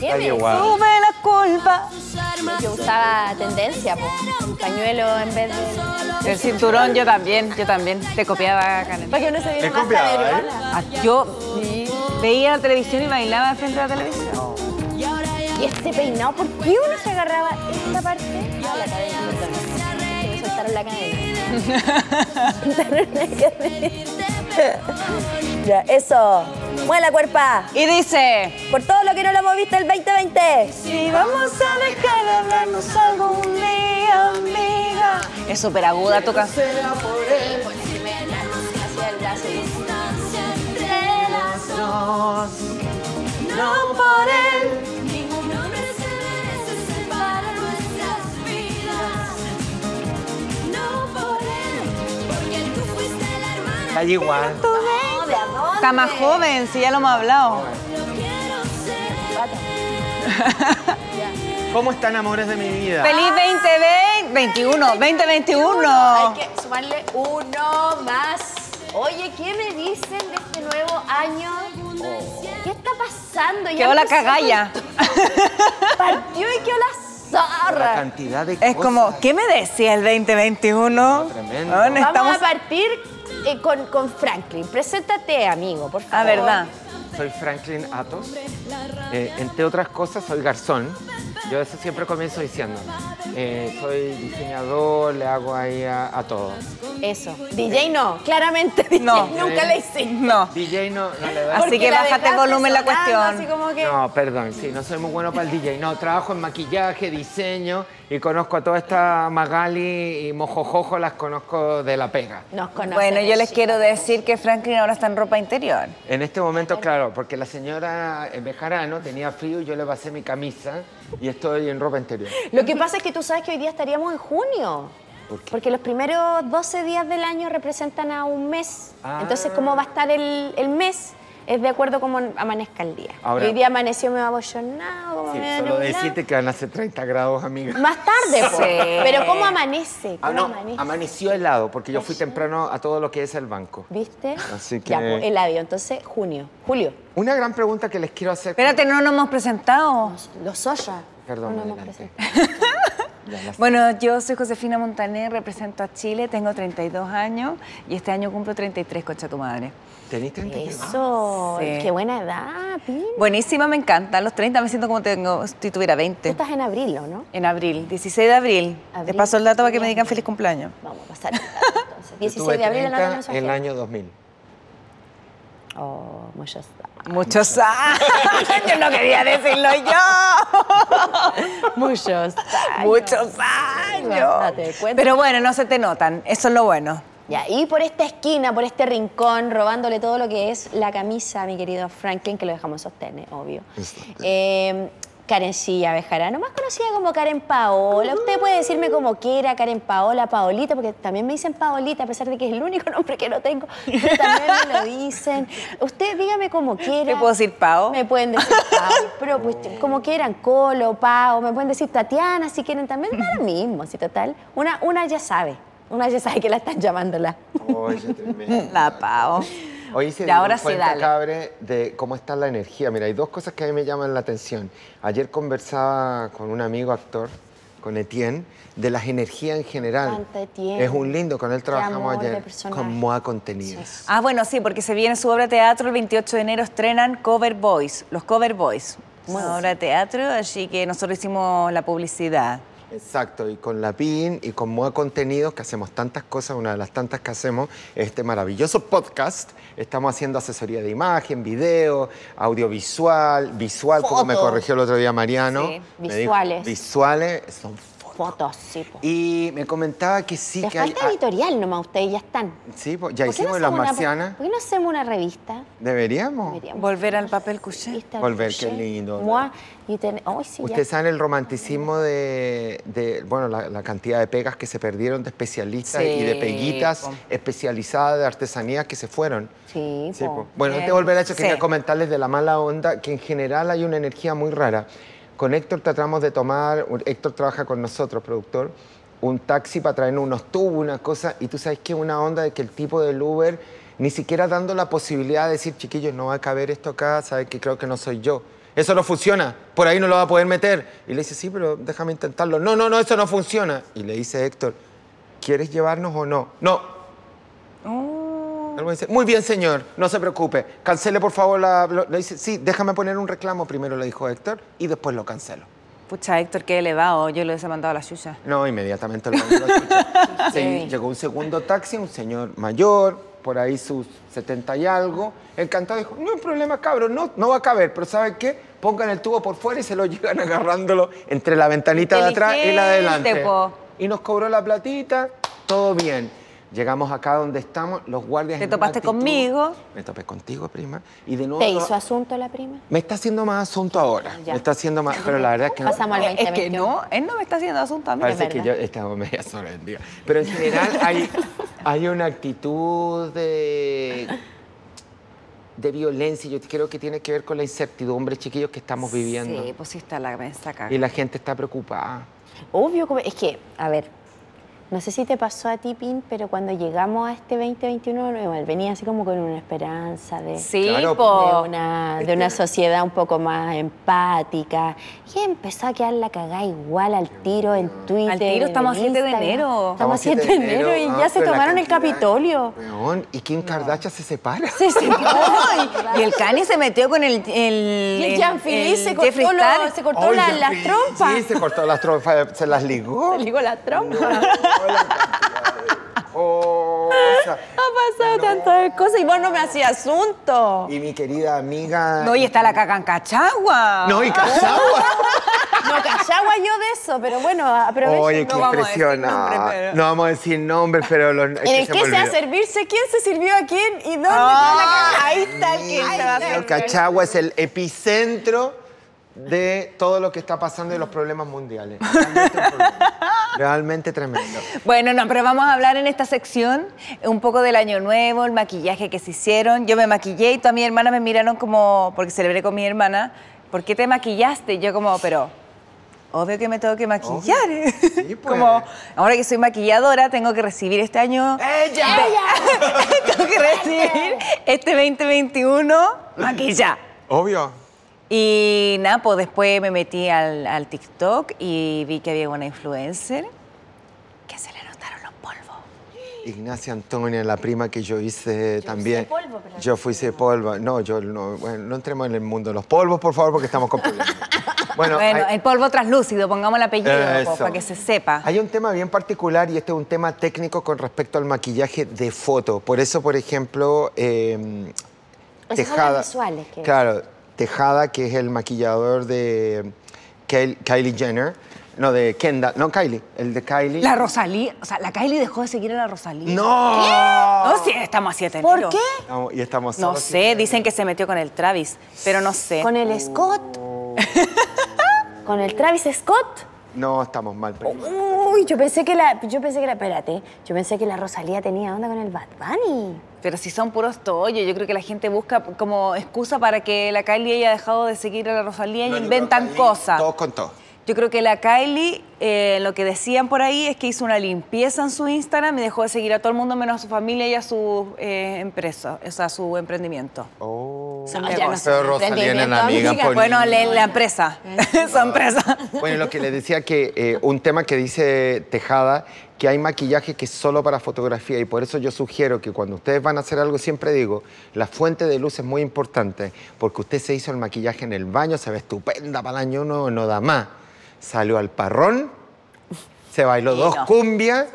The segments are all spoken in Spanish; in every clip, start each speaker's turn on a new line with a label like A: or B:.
A: ¿Qué me
B: guau.
A: sube la culpa?
C: Yo usaba tendencia, po. Un pañuelo en vez de.
A: El cinturón, yo también, yo también. Te copiaba, Canel.
C: Porque uno se
B: Le
C: viene más
B: copiaba,
C: caverona.
A: Ah, Yo veía la televisión y bailaba frente a la televisión.
D: ¿eh?
C: Y este peinado, ¿por qué uno se agarraba esta parte? Ah, la cadena, perdón. Es que me soltaron la cadena.
D: Ya, eso. Muela cuerpa.
A: Y dice...
D: Por todo lo que no lo moviste el 2020.
A: Si vamos a dejar de hablarnos algún día, amiga. Es súper aguda tu canción.
C: Hacía el brazo y-
A: No por él.
E: Ningún hombre se merece separar nuestras vidas. No por él, porque tú fuiste la hermana.
B: Calle igual.
C: No, de a dónde.
A: Está más joven, si ya lo hemos hablado.
E: No quiero ser
B: ¿Cómo están, amores de mi vida?
A: Feliz 2020, 21, 2021.
C: Hay que sumarle uno más. Oye, ¿qué me dicen de este nuevo año? ¿Qué está pasando? Ya
A: Quedó la
C: empezó
A: cagalla.
C: con- Partió y quedó la
B: La
C: zorra.
B: cantidad de
A: Es como,
B: cosas.
A: ¿qué me decía el 2021?
B: tremendo.
A: Bueno,
C: Vamos
A: estamos...
C: a partir eh, con, con Franklin. Preséntate, amigo, por favor.
A: Ah, verdad.
B: Soy Franklin Atos. Eh, entre otras cosas, soy garzón. Yo eso siempre comienzo diciendo. Eh, soy diseñador, le hago ahí a, a todo.
C: Eso. DJ no, claramente DJ
A: No.
C: nunca le hiciste.
A: No.
B: DJ no, no le da.
A: Así que
C: la
A: bájate el
C: dejaste
A: volumen la
C: sonando,
A: cuestión.
C: Así como que...
B: No, perdón, sí, no soy muy bueno para el DJ. No, trabajo en maquillaje, diseño y conozco a toda esta Magali y Mojojojo, las conozco de la pega.
C: Nos conocen.
A: Bueno, yo les
C: chicos.
A: quiero decir que Franklin ahora está en ropa interior.
B: En este momento, claro, porque la señora eh, Bejarano tenía frío y yo le pasé mi camisa y estoy en ropa interior.
C: Lo que pasa es que tú sabes que hoy día estaríamos en junio.
B: ¿Por qué?
C: Porque los primeros 12 días del año representan a un mes.
B: Ah.
C: Entonces, cómo va a estar el, el mes es de acuerdo a cómo amanezca el día.
B: Ahora-
C: Y hoy día amaneció medio abollonado, como
B: Sí,
C: medio
B: solo
C: nublado.
B: decirte que van a ser 30 grados, amiga.
C: Más tarde, po.
A: Sí.
C: Pero cómo amanece,
B: Ah,
C: cómo
B: no,
C: amanece.
B: amaneció helado porque yo fui temprano a todo lo que es el banco.
C: ¿Viste?
B: Así
C: Ya,
B: que-
C: po, el avión. Entonces, junio, julio.
B: Una gran pregunta que les quiero hacer.
A: Espérate, no nos hemos presentado.
C: Los Oya.
B: Perdón,
C: No nos
B: adelante.
C: presentado.
B: Ya, las-
A: Bueno, yo soy Josefina Montaner, represento a Chile, tengo 32 años y este año cumplo 33, cocha tu madre.
B: ¿Tenís 30
C: Eso.
A: Sí.
C: Qué buena edad, Pin.
A: Buenísima, me encanta. A los 30 me siento como tengo, si tuviera
C: Tú
A: 20.
C: estás en abril, ¿o no?
A: En abril, 16 de abril. Te
C: Abril,
A: paso el dato para que me
C: bien.
A: digan feliz cumpleaños.
C: Vamos a pasar. el dato, Entonces, 16 de abril en la Avenida
B: el,
C: Nacional.
B: el año 2000.
C: Oh, muchas gracias.
A: Muchos años, no quería decirlo yo.
C: Muchos años.
A: Muchos años.
C: Date cuenta.
A: Pero bueno, no se te notan, eso es lo bueno.
C: Ya, y por esta esquina, por este rincón, robándole todo lo que es la camisa a mi querido Franklin, que lo dejamos sostener, obvio. Eh, Karencilla Bejarano, más conocida como Karen Paola. Usted puede decirme como quiera, Karen Paola, Paolita, porque también me dicen Paolita, a pesar de que es el único nombre que no tengo, pero también me lo dicen. Usted dígame como quiera.
A: ¿Te puedo decir Pao?
C: Me pueden decir Pau, pero pues, como quieran, Colo, Pau, me pueden decir Tatiana, si quieren también, da lo mismo, si total. Una, una ya sabe, una ya sabe que la están llamándola.
B: Oye, tremendo.
A: La Pao.
B: Hoy se
A: Ya, ahora
B: dieron
A: sí,
B: cuenta,
A: dale.
B: cabre, de cómo está la energía. Mira, hay dos cosas que a mí me llaman la atención. Ayer conversaba con un amigo actor, con Etienne, de las energías en general.
C: Canta, Etienne.
B: Es un lindo, con él trabajamos
C: amor de
B: ayer
C: personaje.
B: como a contenidos.
A: Ah, bueno, sí, porque se viene su obra de teatro el 28 de enero, estrenan Cover Boys, los Cover Boys. Una obra de teatro, así que nosotros hicimos la publicidad.
B: Exacto, y con la PIN y con MOA Contenidos, que hacemos tantas cosas, una de las tantas que hacemos, este maravilloso podcast. Estamos haciendo asesoría de imagen, video, audiovisual, visual, como me corrigió el otro día Mariano.
A: Sí,
B: Me dijo,
C: visuales.
B: visuales, son fotos.
C: Fotos, sí, po.
B: Y me comentaba que sí,
C: Les
B: que hay...
C: falta editorial nomás, ustedes ya están.
B: ah, sí, pues, ya
C: ¿Por qué no
B: hicimos
C: hacemos
B: Las
C: una-
B: Marcianas.
C: ¿Por qué no hacemos una revista?
B: Deberíamos.
C: Deberíamos.
A: Volver al papel cuché.
C: Revista
B: Volver,
C: Crochet,
B: qué lindo.
C: Moi, y ten- Ay, sí, ya.
B: Ustedes saben el romanticismo de, de, bueno, la, la cantidad de pegas que se perdieron de especialistas
A: Sí,
B: y de peguitas
A: po.
B: especializadas de artesanías que se fueron.
C: Sí,
B: Sí,
C: po.
B: po. Bueno, antes
A: Bien.
B: de volver a eso, quería
A: Sí.
B: comentarles de la mala onda, que en general hay una energía muy rara. Con Héctor tratamos de tomar, Héctor trabaja con nosotros, productor, un taxi para traer unos tubos, una cosa, y tú sabes que una onda de que el tipo del Uber, ni siquiera dando la posibilidad de decir, chiquillos, no va a caber esto acá, sabes que creo que no soy yo. eso no funciona, por ahí no lo va a poder meter. Y le dice, sí, pero déjame intentarlo. No, no, no, eso no funciona. Y le dice Héctor, ¿quieres llevarnos o no? No. Algo dice, Muy bien, señor, no se preocupe. Cancele, por favor, la... lo-". Le dice, sí, déjame poner un reclamo primero, le dijo Héctor, y después lo cancelo.
A: Pucha, Héctor, qué elevado. Yo lo hubiese mandado a la Xuxa.
B: No, inmediatamente lo mandó a chucha. Sí, Llegó un segundo taxi, un señor mayor, por ahí sus 70 y algo. Encantado dijo, no hay problema, cabrón, no, no va a caber, pero ¿saben qué? Pongan el tubo por fuera y se lo llegan agarrándolo entre la ventanita de atrás y la de
A: Inteligente,
B: adelante.
A: po.
B: Y nos cobró la platita, todo bien. Llegamos acá donde estamos, los guardias...
A: Te
B: en una
A: topaste
B: actitud-
A: conmigo.
B: Me topé contigo, prima. Y de nuevo...
C: ¿Te hizo asunto la prima?
B: Me está haciendo más asunto ahora.
C: Ya.
B: Me está haciendo más... Pero la verdad es que no...
C: Pasamos al
A: Eh,
C: 20
A: Es que no, él no me está haciendo asunto a mí.
B: Parece
C: Es
B: que yo
C: verdad.
B: estaba media sorprendida. Pero en general hay, hay una actitud de, de violencia. Yo creo que tiene que ver con la incertidumbre, chiquillos, que estamos viviendo.
A: Sí, pues sí está la mesa acá.
B: Y la gente está preocupada.
C: Obvio, como- es que, a ver, no sé si te pasó a ti, Pin, pero cuando llegamos a este 2021, igual venía así como con una esperanza de,
A: Sí,
B: Claro, pues,
A: po.
C: de una, de una sociedad un poco más empática. Y empezó a quedar la cagada igual al tiro en Twitter.
A: Al tiro,
C: en
A: estamos a 7 de
C: Instagram.
A: enero.
C: Estamos a 7 de enero y
B: ah,
C: ya se
B: pero la
C: tomaron el
B: cantidad-
C: Capitolio.
B: Weón, y Kim Kardashian se separa.
C: Se separaron.
A: Y el Cani se metió con el. El,
C: Y el Gianfili
A: el
C: se
A: Jeffree
C: cortó, lo-
A: Star.
C: se cortó
B: Ay,
C: la-
B: Dios
C: las
B: mío.
C: trompas.
B: Sí, se cortó las trompas, se las ligó.
C: Le digo la trompa.
B: Ha
C: pasado tantas cosas y vos no me hacías asunto.
B: Y mi querida amiga.
A: No, y está la cacancachagua.
B: No, y Casagua.
C: No, callagua yo de eso, pero bueno, aprovecho.
B: Oye, qué
A: No vamos a decir
B: impresionante.
A: nombres, pero-
B: No vamos a decir nombres, pero los.
C: ¿En el qué se va a
B: hace?
C: servirse? ¿Quién se sirvió a quién? ¿Y dónde?
A: Ah. Ahí está el que se va a
B: El
A: hacer.
B: Cachagua es el epicentro de todo lo que está pasando y los problemas mundiales. Realmente, un problema. Realmente tremendo.
A: Bueno, no, pero vamos a hablar en esta sección un poco del año nuevo, el maquillaje que se hicieron. Yo me maquillé y toda mi hermana me miraron como, porque celebré con mi hermana, ¿por qué te maquillaste? Y yo como, pero obvio que me tengo que maquillar.
B: Obvio.
A: ¿eh?".
B: Sí, pues.
A: Como, ahora que soy maquilladora, tengo que recibir este año... ¡Ella! tengo que recibir este 2021 maquilla.
B: Obvio.
A: Y nada, pues después me metí al, al TikTok y vi que había una influencer que se le notaron los polvos.
B: Ignacia Antonia, la prima que yo hice también.
C: polvo, pero-
B: yo fui hice polvo. No, yo no. Bueno, no entremos en el mundo de los polvos, por favor, porque estamos con problemas. Bueno,
A: Bueno,
B: hay-
A: el polvo traslúcido, pongamos el apellido po,
B: Eso.
A: para que se sepa.
B: Hay un tema bien particular y este es un tema técnico con respecto al maquillaje de foto. Por eso, por ejemplo, eh,
C: Esos son
B: Tejada.
C: los visuales que-
B: Claro, Tejada, que es el maquillador de Kyl- Kylie Jenner. No, de Kendall. No, Kylie. El de Kylie.
A: La Rosalía, o sea, la Kylie dejó de seguir a la Rosalía.
B: ¡No!
A: No, sí, estamos a 7
C: ¿Por qué?
B: Estamos- y estamos
A: No
B: solos.
A: sé, dicen que se metió con el Travis, pero no sé.
C: Con el Scott. Con el Travis Scott.
B: No, estamos mal.
A: Oh,
B: prima.
C: Uy, yo pensé que la. Yo pensé que la. Espérate. Yo pensé que la Rosalía tenía onda con el Bad Bunny.
A: Pero si son puros tollos, yo creo que la gente busca como excusa para que la Kylie haya dejado de seguir a la Rosalía y
B: No, yo
A: inventan
B: creo que ahí
A: cosas.
B: Todos con todos.
A: Yo creo que la Kylie, eh, lo que decían por ahí es que hizo una limpieza en su Instagram y dejó de seguir a todo el mundo menos a su familia y a su eh, empresa, o sea, a su emprendimiento.
B: Oh.
A: Son negocios.
B: Pero Rosalía era una amiga
C: amiga.
B: por-
A: Bueno, la, la empresa, su empresa.
B: Bueno, lo que les decía que eh, un tema que dice Tejada, que hay maquillaje que es solo para fotografía y por eso yo sugiero que cuando ustedes van a hacer algo, siempre digo, la fuente de luz es muy importante porque usted se hizo el maquillaje en el baño, se ve estupenda para el año uno, no da más. Salió al parrón, se bailó dos
A: no.
B: cumbias.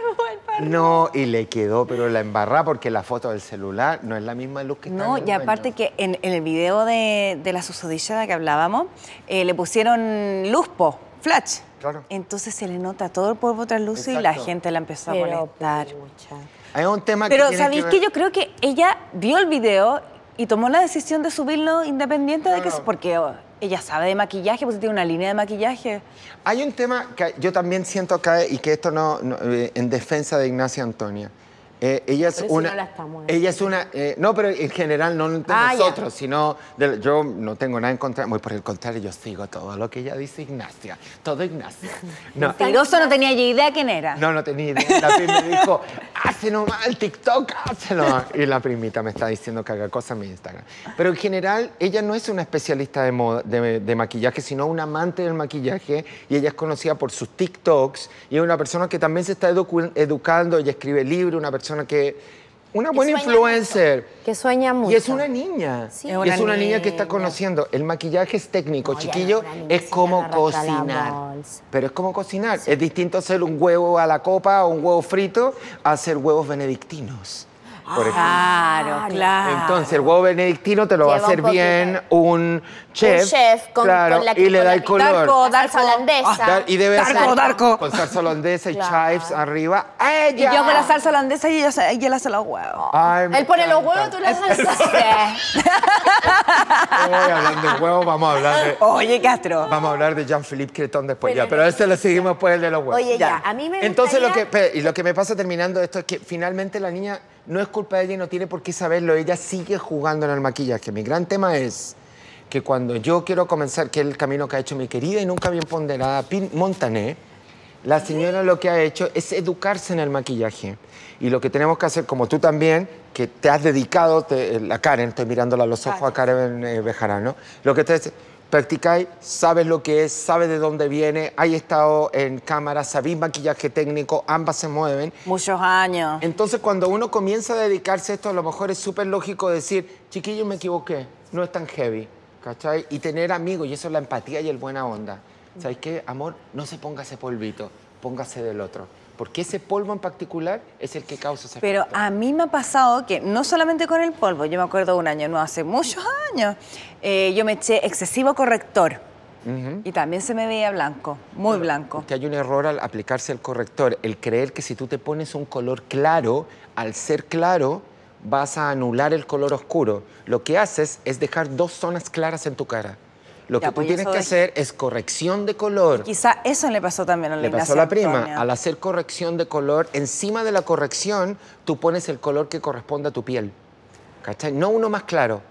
B: No, y le quedó, pero la embarrá porque la foto del celular no es la misma luz que está
A: No,
B: en el
A: y aparte
B: baño.
A: que en, en el video de, de la susodichada que hablábamos, eh, le pusieron luzpo, flash.
B: Claro.
A: Entonces se le nota todo el polvo translúcido y la
B: Exacto.
A: gente la empezó a
C: Pero,
A: molestar.
C: pucha.
B: Hay un tema que
A: Pero
B: Ah, tiene
A: ¿sabéis
B: ver-
A: que yo creo que ella vio el video y tomó la decisión de subirlo independiente de que...
B: Claro.
A: Porque oh, ella sabe de maquillaje, porque tiene una línea de maquillaje.
B: Hay un tema que yo también siento acá y que esto no, no, eh, en defensa de Ignacia Antonia. Eh, ella es
F: Pero si
B: una.
F: no la estamos haciendo.
B: ella es una. eh, no, pero en general no de
F: Ah, ya.
B: nosotros, sino. de- yo no tengo nada en contra. Muy por el contrario, yo sigo todo lo que ella dice, Ignacia. Todo Ignacia. No.
A: Mentiroso, no tenía yo idea quién era.
B: No, no tenía idea. La prima me dijo, hazlo nomás el TikTok, hazlo. Y la primita me está diciendo que haga cosas en mi Instagram. Pero en general, ella no es una especialista de, moda- de, de maquillaje, sino una amante del maquillaje. Y ella es conocida por sus TikToks. Y es una persona que también se está edu- educando. Ella escribe libros, una persona que... Una buena
F: sueña
B: influencer.
F: Que sueña mucho.
B: Y es una niña.
F: Sí.
B: Y
F: Es
B: es
A: una
B: una niña. que está
F: niña.
B: conociendo. El maquillaje es técnico,
F: No, ya
B: chiquillo.
F: no es una niña,
B: es
F: sí,
B: como
F: agarra hasta la
B: cocinar.
F: bolsa.
B: Pero es como cocinar. Es distinto hacer un huevo a la copa o un huevo frito a hacer huevos benedictinos. Por ejemplo.
A: Claro, claro.
B: Entonces, el huevo benedictino te lo va a
F: Ah. Lleva un
B: hacer bien un chef.
F: Un chef con-
B: claro,
F: con la-
B: y
F: con
B: le da
F: la
B: el color.
F: pitarco, salsa holandesa.
B: Dar- Ah, y debe
A: Darko,
B: ser
A: Darko.
B: con salsa holandesa y
F: Claro.
B: chives arriba.
A: Y yo
B: ¡Ella!
A: hago la salsa holandesa y ella, se- ella la hace los huevos.
B: Ay, me
F: Él pone los huevos,
B: encanta.
F: tú le haces.
B: Hoy, hablando de huevos, vamos a hablar de...
A: Oye, Castro.
B: Vamos a hablar de Jean-Philippe Creton después, ya, pero ese lo seguimos después el de los huevos.
F: Oye, ya, a mí me
B: Entonces, lo que,
F: gustaría-
B: espera, y lo que me pasa terminando esto es que finalmente la niña no es culpa de ella y no tiene por qué saberlo. Ella sigue jugando en el maquillaje. Mi gran tema es que cuando yo quiero comenzar, que es el camino que ha hecho mi querida y nunca bien ponderada Pin Montané, la señora lo que ha hecho es educarse en el maquillaje. Y lo que tenemos que hacer, como tú también, que te has dedicado, te- eh, la Karen, estoy mirándola a los ojos a Karen eh, Bejarano, lo que te practicáis, sabes lo que es, sabes de dónde viene, hay estado en cámara, sabéis maquillaje técnico, ambas se mueven.
A: Muchos años.
B: Entonces, cuando uno comienza a dedicarse a esto, a lo mejor es súper lógico decir, chiquillo, me equivoqué, no es tan heavy, ¿cachai? Y tener amigos, y eso es la empatía y el buena onda. ¿Sabes qué, amor? No se ponga ese polvito, póngase del otro. Porque ese polvo en particular es el que causa ese
A: Pero
B: efecto.
A: a mí me ha pasado que no solamente con el polvo, yo me acuerdo un año, no hace muchos años, eh, yo me eché excesivo corrector y también se me veía blanco, muy blanco.
B: Que hay un error al aplicarse el corrector, el creer que si tú te pones un color claro, al ser claro, vas a anular el color oscuro. Lo que haces es dejar dos zonas claras en tu cara. Lo
A: Ya,
B: que tú
A: pues,
B: tienes
A: eso
B: que
A: es-
B: hacer es corrección de color.
A: Quizá eso le pasó también a la
B: Le pasó a
A: Ignacia
B: la prima.
A: Antonia.
B: Al hacer corrección de color, encima de la corrección, tú pones el color que corresponde a tu piel. ¿Cachai? No uno más claro.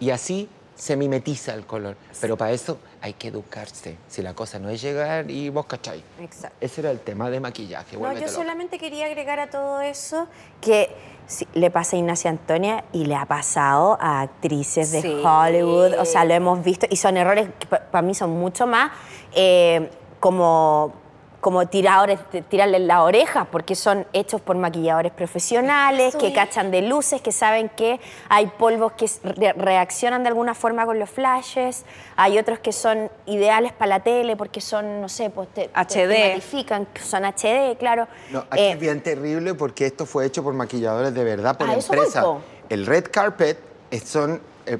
B: Y así se mimetiza el color. Pero para eso hay que educarse. Si la cosa no es llegar y vos, ¿cachai?
C: Exacto.
B: Ese era el tema de maquillaje.
C: No, yo
B: vuélvete loca.
C: solamente quería agregar a todo eso que sí, le pasa a Ignacia Antonia y le ha pasado a actrices de
A: Sí.
C: Hollywood, o sea, lo hemos visto y son errores que para mí son mucho más eh, como, como tiradores, de- tirarle la oreja, porque son hechos por maquilladores profesionales, que cachan de luces, que saben que hay polvos que re- reaccionan de alguna forma con los flashes, hay otros que son ideales para la tele porque son, no sé, pues te- te- te
A: HD.
C: matifican, que son HD, claro.
B: No, aquí
C: Eh,
B: es bien terrible porque esto fue hecho por maquilladores de verdad, por
C: A eso voy,
B: empresa.
C: po.
B: El red carpet es- son. eh,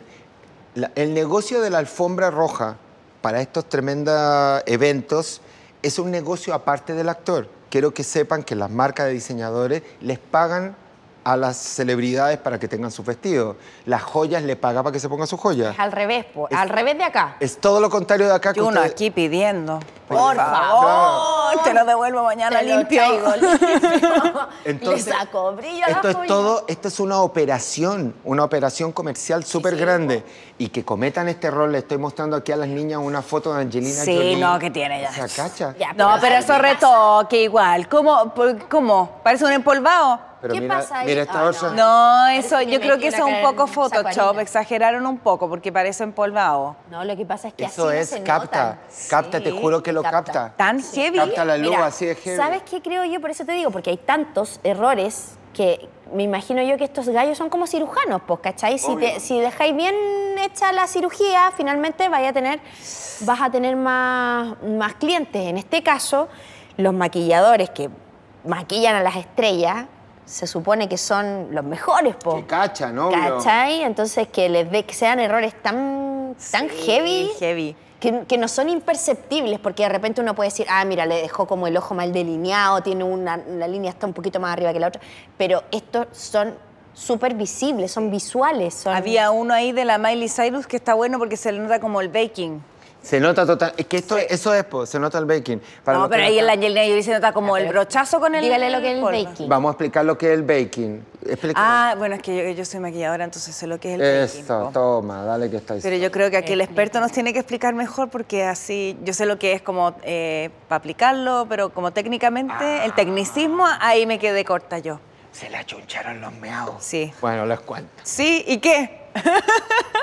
B: la- el negocio de la alfombra roja para estos tremendos eventos es un negocio aparte del actor. Quiero que sepan que las marcas de diseñadores les pagan a las celebridades para que tengan sus vestidos. Las joyas le pagan para que se pongan sus joyas.
F: Es al revés, po,
B: Es-
F: al revés de acá.
B: Es todo lo contrario de acá que
A: Yo uno
B: ustedes-
A: aquí pidiendo.
B: Por
A: favor, te lo devuelvo mañana
F: Te lo
A: limpio.
F: traigo, limpio.
B: Entonces,
F: Le saco brillo a la
B: esto es
F: joya.
B: todo, esto es una operación, una operación comercial súper grande. Y que cometan este error, le estoy mostrando aquí a las niñas una foto de Angelina
A: Sí,
B: Jolie.
A: no, que tiene ya.
B: O sea, cacha.
F: Ya,
A: No, pero eso retoque igual. ¿Cómo? ¿Por- ¿Cómo? ¿Parece un empolvado?
B: Pero
F: ¿Qué
B: mira,
F: pasa ahí?
B: mira esta
F: Ah,
B: orza.
A: No,
F: Parece
A: eso
F: que
A: yo
F: le
A: creo que
F: metí
A: eso es
F: una
A: un poco
F: gran
A: Photoshop,
F: sacuarina.
A: exageraron un poco porque parece empolvado.
F: No, lo que pasa es que
B: Eso
F: así no
B: es,
F: se
B: capta,
F: notan.
B: capta, te
F: Sí,
B: juro que lo capta.
A: Tan heavy.
B: Capta la luz,
C: Mira,
B: así de heavy.
C: ¿Sabes qué creo yo? Por eso te digo, porque hay tantos errores que me imagino yo que estos gallos son como cirujanos, pues, ¿cachai? Si, te- si dejáis bien hecha la cirugía, finalmente vaya a tener, vas a tener más, más clientes. En este caso, los maquilladores que maquillan a las estrellas se supone que son los mejores, pues.
B: Que cacha, ¿no?
C: ¿Cachai? Entonces que les dé- que sean errores tan, tan
A: Sí,
C: heavy,
A: heavy.
C: Que, que no son imperceptibles, porque de repente uno puede decir, ah, mira, le dejó como el ojo mal delineado, tiene una, la línea está un poquito más arriba que la otra. Pero estos son súper visibles, son visuales. Son...
A: Había uno ahí de la Miley Cyrus que está bueno porque se le nota como el baking.
B: Se nota total. Es que esto, eso es, po, se nota el baking. Para
A: No,
B: los que
A: pero ahí en
B: están-
A: la Angelina Jolie se nota como el brochazo con el.
C: Dígale lo que es el
A: polvo.
C: baking.
B: Vamos a explicar lo que es el baking. Explícame.
A: Ah, bueno, es que yo, yo soy maquilladora, entonces sé lo que es el
B: Eso,
A: baking. po.
B: toma, dale que estáis.
A: Pero yo creo que aquí el experto nos tiene que explicar mejor porque así yo sé lo que es como eh, para aplicarlo, pero como técnicamente,
B: Ah.
A: el tecnicismo, ahí me quedé corta yo.
B: Se la chuncharon los meados.
A: Sí.
B: Bueno, les cuento.
A: ¿Sí? ¿Y qué?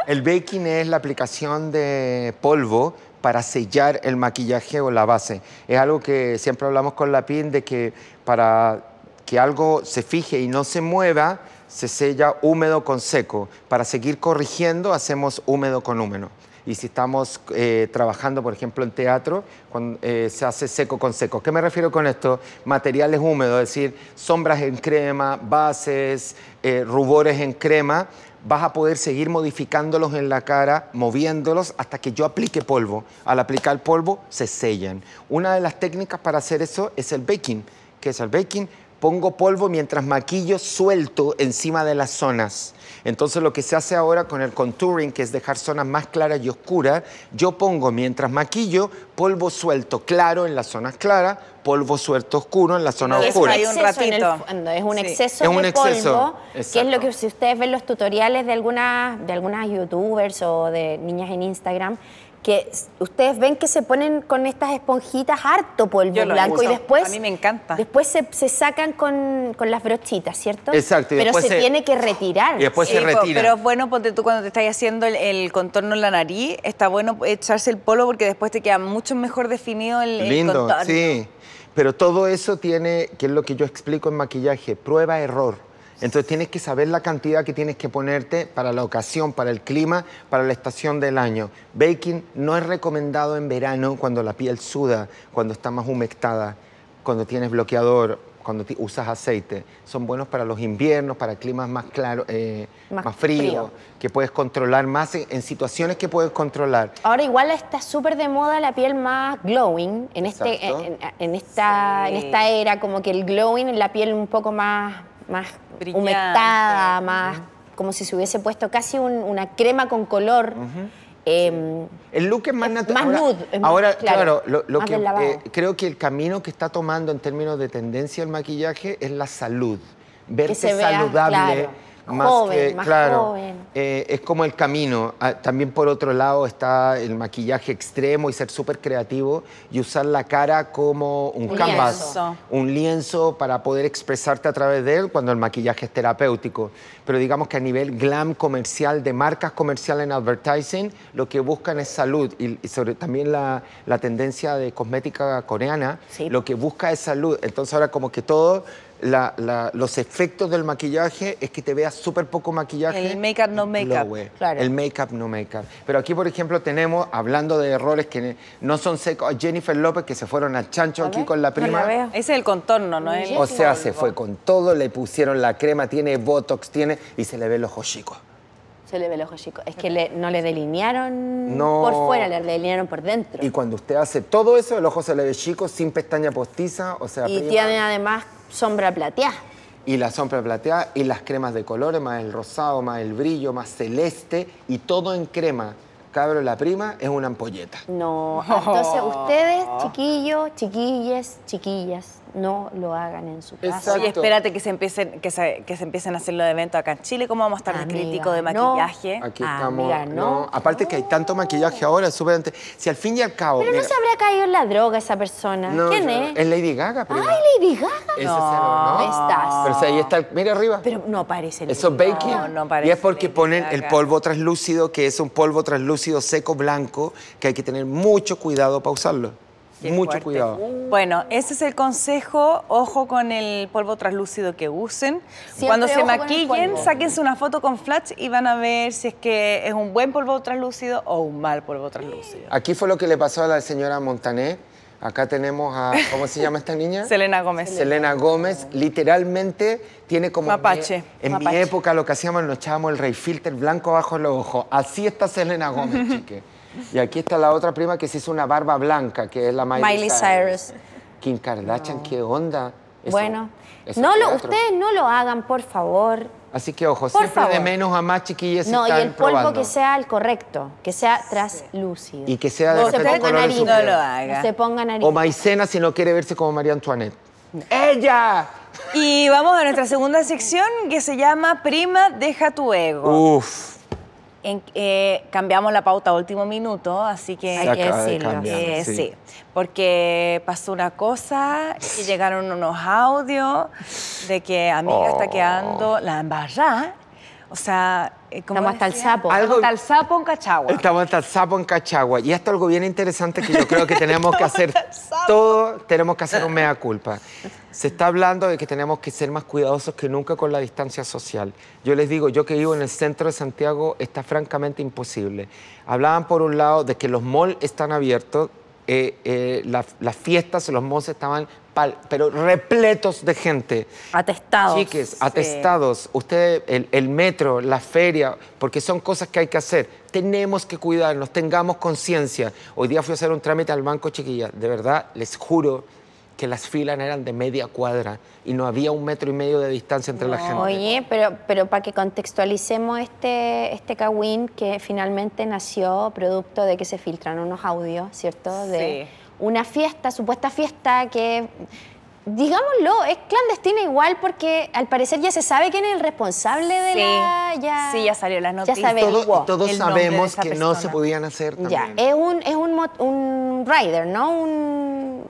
B: El baking es la aplicación de polvo para sellar el maquillaje o la base. Es algo que siempre hablamos con la PIN de que para que algo se fije y no se mueva, se sella húmedo con seco. Para seguir corrigiendo, hacemos húmedo con húmedo. Y si estamos eh, trabajando, por ejemplo, en teatro, cuando, eh, se hace seco con seco. ¿Qué me refiero con esto? Materiales húmedos, es decir, sombras en crema, bases, eh, rubores en crema, vas a poder seguir modificándolos en la cara, moviéndolos hasta que yo aplique polvo. Al aplicar polvo, se sellan. Una de las técnicas para hacer eso es el baking. ¿Qué es el baking? Pongo polvo mientras maquillo suelto encima de las zonas. Entonces lo que se hace ahora con el contouring, que es dejar zonas más claras y oscuras, yo pongo mientras maquillo polvo suelto claro en las zonas claras, polvo suelto oscuro en las zonas
A: No,
C: Es
A: eso
C: un
B: oscuras.
A: ahí un
C: exceso en el
A: ratito.
C: fondo, es un
A: Sí.
C: exceso
B: Es un
C: de
B: exceso,
C: polvo, que es
B: exacto.
C: lo que si ustedes ven los tutoriales de algunas, de algunas youtubers o de niñas en Instagram, que s- ustedes ven que se ponen con estas esponjitas harto polvo
A: Yo lo
C: blanco y
A: uso.
C: después...
A: A mí me encanta.
C: Después se, se sacan con, con las brochitas, ¿cierto?
B: Exacto, y
C: Pero
B: después
C: se,
B: se-
C: tiene que retirar.
B: Y después
A: Sí,
B: Pues se
A: po,
B: retira.
A: Pero es bueno, ponte tú cuando te estás haciendo el, el contorno en la nariz, está bueno echarse el polvo porque después te queda mucho mejor definido el, el
B: Lindo,
A: contorno.
B: sí. Pero todo eso tiene, que es lo que yo explico en maquillaje, prueba-error. Entonces tienes que saber la cantidad que tienes que ponerte para la ocasión, para el clima, para la estación del año. Baking no es recomendado en verano cuando la piel suda, cuando está más humectada, cuando tienes bloqueador, cuando ti- usas aceite. Son buenos para los inviernos, para climas más claros, eh, más,
C: Más
B: fríos,
C: frío.
B: que puedes controlar más en- en situaciones que puedes controlar.
C: Ahora igual está súper de moda la piel más glowing en este
B: Exacto.
C: en, en- en esta
A: Sí.
C: en esta era como que el glowing en la piel un poco más más
A: Brillante.
C: humectada, más como si se hubiese puesto casi un- una crema con color. Em,
B: El look es más
C: Es
B: natural.
C: más
B: ahora,
C: nude, es más-
B: ahora,
C: claro,
B: claro, lo, lo
C: más
B: que,
C: del lavado.
B: eh, creo que el camino que está tomando en términos de tendencia el maquillaje es la salud. Verte
C: se vea,
B: saludable.
C: claro, joven, más
B: claro,
C: joven.
B: eh, es como el camino. Ah, También por otro lado está el maquillaje extremo y ser súper creativo y usar la cara como un,
C: Un
B: canvas,
A: lienzo.
B: un lienzo para poder expresarte a través de él cuando el maquillaje es terapéutico. Pero digamos que a nivel glam comercial, de marcas comerciales en advertising, lo que buscan es salud y, y sobre también la, la tendencia de cosmética coreana,
C: Sí.
B: lo que busca es salud. Entonces ahora como que todo... la- la- los efectos del maquillaje es que te veas súper poco maquillaje.
A: El make-up, no
B: y
A: make-up.
B: glowy.
C: Claro.
B: El make-up, no make-up. Pero aquí, por ejemplo, tenemos, hablando de errores que no son secos, a Jennifer López que se fueron al chancho aquí con la prima.
A: Ese es el contorno, ¿no? El-
C: pues.
B: O sea, se fue con todo, le pusieron la crema, tiene botox, tiene y se le ven los ojos chicos.
C: se le ve el ojo chico, es que le- no le delinearon
B: No.
C: por fuera, le delinearon por dentro.
B: Y cuando usted hace todo eso, el ojo se le ve chico, sin pestaña postiza, o sea,
C: Y
B: prima,
C: tiene además sombra plateada.
B: y la sombra plateada y las cremas de colores, más el rosado, más el brillo, más celeste y todo en crema. Cabro, la prima es una ampolleta.
C: No, entonces ustedes, chiquillos, chiquillas, chiquillas, no lo hagan en su casa.
B: Exacto.
A: Oye, espérate que se empiecen, que se, que se empiecen a hacer los eventos acá en Chile. ¿Cómo vamos a estar de
C: Amiga,
A: crítico de
C: no.
A: maquillaje?
B: Aquí
C: Ah,
B: estamos.
C: mira, no. Oh.
B: Aparte que hay tanto maquillaje ahora, es súper ante- Si al fin y al cabo.
C: Pero no
B: mira-
C: se habrá caído en la droga esa persona.
B: No,
C: ¿Quién
B: yo-
C: es?
B: Es Lady Gaga, prima.
C: ¡Ay, Lady Gaga!
B: Ese es el honor.
C: Estás.
B: Ah. Pero si ahí está, el- mira arriba.
C: Pero no parece Lady
B: Eso es
C: Gaga.
B: baking.
A: No, no
B: y
A: parece
B: es porque
A: Lady
B: ponen
A: Gaga.
B: el polvo translúcido, que es un polvo translúcido seco blanco, que hay que tener mucho cuidado para usarlo.
A: Qué
B: mucho
A: fuerte.
B: cuidado.
A: Bueno, ese es el consejo. Ojo con el polvo translúcido que usen.
C: Siempre
A: Cuando se
C: ojo con el
A: maquillen,
C: polvo.
A: sáquense una foto con flash y van a ver si es que es un buen polvo translúcido o un mal polvo translúcido.
B: Aquí fue lo que le pasó a la señora Montané. Acá tenemos a. ¿Cómo se llama esta niña?
A: Selena Gómez.
B: Selena Gómez literalmente tiene como...
A: Mapache.
B: En mi
A: Mapache.
B: época lo que hacíamos nos echábamos el rey filter blanco bajo los ojos. Así está Selena Gómez, chique. Y aquí está la otra prima que se hizo una barba blanca, que es la Miley,
C: Miley Cyrus.
B: Kim Kardashian, qué onda. Eso-
C: Bueno,
B: eso
C: no
B: es
C: lo,
B: teatro.
C: ustedes no lo hagan, por favor.
B: Así que
D: Por
B: ojo, siempre de
D: favor.
B: menos a más chiquillas si
C: No, y
B: están
C: el polvo
B: probando.
C: que sea el correcto, que sea traslúcido.
B: Y que sea de
C: no se
B: repente
C: ponga
B: colores
C: nariz.
A: No lo
B: sufridos.
A: haga.
C: No se ponga nariz.
B: O maicena si no quiere verse como María Antoinette. ¡Ella!
A: Y vamos a nuestra segunda sección que se llama Prima, deja tu ego.
B: Uf,
A: En- eh, cambiamos la pauta a último minuto, así que...
B: se
D: Hay que
B: acaba de
D: decirlo.
B: cambiar.
A: Eh, sí. porque pasó una cosa y llegaron unos audios de que amiga
B: Oh.
A: está quedando la embarrada. O sea, eh, como
D: Estamos hasta el
A: decía,
D: sapo.
A: Estamos
B: Algo-
A: hasta el sapo en Cachagua.
B: Estamos hasta el sapo en Cachagua. Y esto es algo bien interesante que yo creo que tenemos que hacer todo, tenemos que hacer un mea culpa. Se está hablando de que tenemos que ser más cuidadosos que nunca con la distancia social. Yo les digo, yo que vivo en el centro de Santiago, está francamente imposible. Hablaban por un lado de que los malls están abiertos, eh, eh, la- las fiestas, los malls estaban, pal- pero repletos de gente.
D: Atestados.
B: Chiques, atestados, usted, el, el metro, la feria, porque son cosas que hay que hacer. Tenemos que cuidarnos, tengamos conciencia. Hoy día fui a hacer un trámite al banco, chiquilla. De verdad, les juro que las filas eran de media cuadra y no había un metro y medio de distancia entre la gente.
C: Oye, pero, pero para que contextualicemos este, este Kawin que finalmente nació producto de que se filtran unos audios, ¿cierto? De
A: Sí.
C: una fiesta, supuesta fiesta que, digámoslo, es clandestina igual porque al parecer ya se sabe quién es el responsable de la...
A: sí, ya salió las
C: Ya
A: noticias.
B: Y todo- y
C: averiguó
B: todos
A: el nombre de
B: sabemos
A: esa
B: que no se
A: persona.
B: podían hacer
C: Ya,
B: también.
C: es un, es un, mot- un rider, ¿no? Un,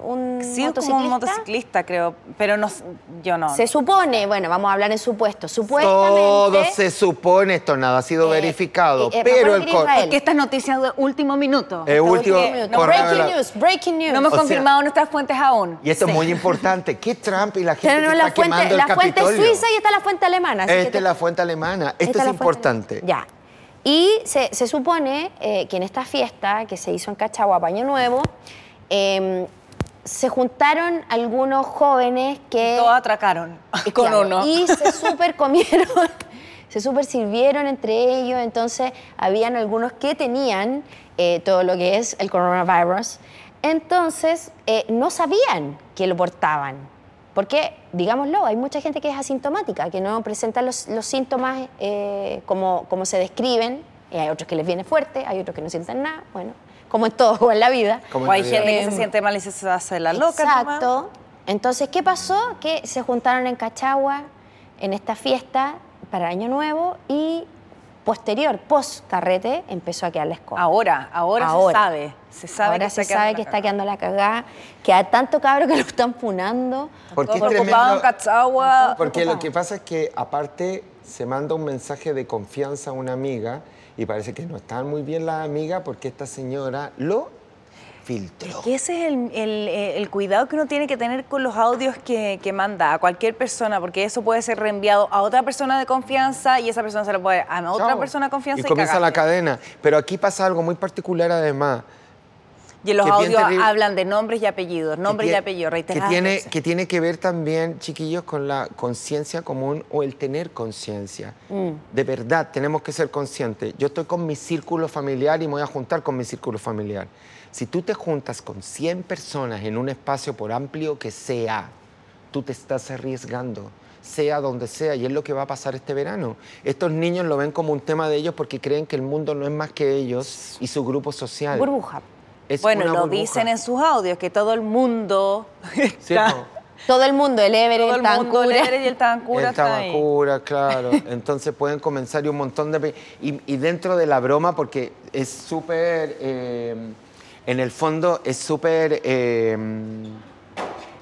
C: un
A: Sí, es
C: motociclista.
A: como un motociclista, creo, pero no, s- yo no.
C: Se supone, bueno, vamos a hablar en supuesto, supuestamente...
B: todo se supone, esto nada ha sido
C: Eh,
B: verificado,
C: eh, eh,
B: pero
C: Ramón
B: el
C: Gris
B: cor-
C: Israel.
A: Porque estas noticias de último minuto.
B: el último
A: último minuto.
B: correo de la-
C: breaking news, breaking news.
A: No hemos
B: Eh, o sea-
A: confirmado nuestras fuentes aún.
B: Y esto es muy importante. ¿Qué Trump y la gente
C: Tenemos
B: que
C: la
B: está quemando
C: fuente,
B: el
C: la fuente
B: Capitolio?
C: suiza y está la fuente alemana. así que
B: Esta
C: te-
B: es la fuente alemana. Esto
C: esta
B: es
C: la fuente
B: importante.
C: alemana. Ya. Y se, se supone eh, que en esta fiesta que se hizo en Cachagua, Paño Nuevo, eh, se juntaron algunos jóvenes que...
A: Todos atracaron. Eh, Con
C: Claro,
A: uno.
C: Y se super comieron, se super sirvieron entre ellos. Entonces, habían algunos que tenían eh, todo lo que es el coronavirus. Entonces, eh, no sabían que lo portaban. Porque, digámoslo, hay mucha gente que es asintomática, que no presenta los, los síntomas eh, como, como se describen. Y hay otros que les viene fuerte, hay otros que no sienten nada. Bueno, como en todo en la vida.
B: Como
A: O hay
B: en realidad.
A: gente que se siente mal y se hace la loca. nomás.
C: Exacto. Entonces, ¿qué pasó? Que se juntaron en Cachagua en esta fiesta para Año Nuevo y posterior, post carrete, empezó a quedar la escoba.
A: Ahora, ahora,
C: Ahora.
A: se sabe. Se sabe
C: Ahora
A: que
C: se
A: está
C: sabe que
A: quedando la
C: está
A: cagada.
C: quedando la cagada, que a tanto cabro que lo están punando.
B: Porque es
A: Todo
B: tremendo-
A: ocupado en Cachagua.
B: Porque lo que pasa es que aparte se manda un mensaje de confianza a una amiga y parece que no están muy bien las amigas porque esta señora lo filtró.
A: Que ese es el, el- eh, el cuidado que uno tiene que tener con los audios que, que manda a cualquier persona, porque eso puede ser reenviado a otra persona de confianza y esa persona se lo puede a otra
B: Chao.
A: persona de confianza y,
B: Y comienza la
A: cagaste.
B: cadena. Pero aquí pasa algo muy particular además.
A: Y en los
B: que es bien
A: audios
B: terrible.
A: hablan de nombres y apellidos,
B: que
A: nombres y
B: tie-
A: apellidos,
B: que
A: reiteradas
B: tiene,
A: veces.
B: que tiene que ver también, chiquillos, con la conciencia común o el tener conciencia.
A: Mm.
B: De verdad, tenemos que ser conscientes. Yo estoy con mi círculo familiar y me voy a juntar con mi círculo familiar. Si tú te juntas con 100 personas en un espacio, por amplio que sea, tú te estás arriesgando sea donde sea, y es lo que va a pasar este verano. Estos niños lo ven como un tema de ellos porque creen que el mundo no es más que ellos y su grupo social.
C: Burbuja.
B: Es
A: Bueno,
B: una
A: lo
B: burbuja.
A: dicen en sus audios, que todo el mundo
B: Sí,
A: está-
B: po.
C: Todo el mundo, el Everett,
A: todo
C: el,
A: el mundo, el
C: Tancura.
A: Everett y el Tabancura
B: El
A: está ahí.
B: Tabacura, claro. Entonces pueden comenzar y un montón de... pe- Y, y dentro de la broma, porque es súper... eh, en el fondo es súper... eh,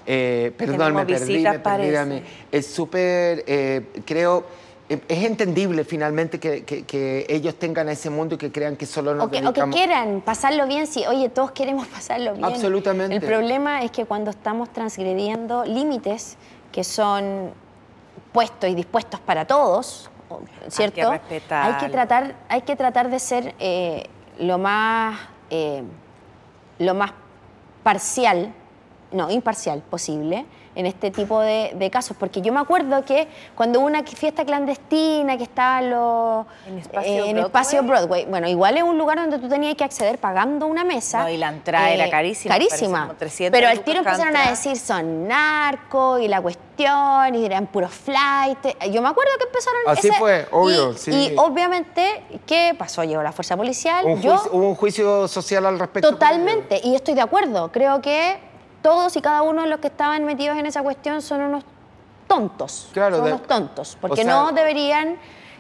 B: eh, perdón, me
A: Tenemos
B: perdí,
A: visitas,
B: me perdí,
A: parece.
B: dame. Es súper, eh, creo, eh, es entendible finalmente que, que- que ellos tengan ese mundo y que crean que solo nos
C: O que, o que
B: dedicamos...
C: quieran pasarlo bien, sí, oye, todos queremos pasarlo bien.
B: Absolutamente.
C: El problema es que cuando estamos transgrediendo límites que son puestos y dispuestos para todos, o- ¿cierto?
A: respetarlo.
C: Hay que tratar, hay que tratar de ser eh, lo más eh, lo más parcial, no, imparcial posible, en este tipo de, de casos. Porque yo me acuerdo que cuando hubo una fiesta clandestina que estaba los, eh,
D: En Espacio
C: en
D: Broadway.
C: Espacio Broadway, bueno, igual es un lugar donde tú tenías que acceder pagando una mesa. Eh,
A: No, y la entrada era carísima, parece
C: Carísima.
A: como 300
C: Pero al
A: lucas
C: tiro
A: cada
C: empezaron a
A: entrada.
C: decir son narcos y la cuestión y eran puros flight. Yo me acuerdo que empezaron
B: Así
C: ese-
B: fue, obvio,
C: y-
B: sí.
C: Y obviamente, ¿qué pasó? Llegó la fuerza policial.
B: Un
C: yo,
B: juicio- hubo un juicio social al respecto.
C: Totalmente, y estoy de acuerdo. Creo que todos y cada uno de los que estaban metidos en esa cuestión son unos tontos.
B: Claro,
C: son
B: de-
C: unos tontos.
B: o
C: Porque
B: sea-
C: no deberían,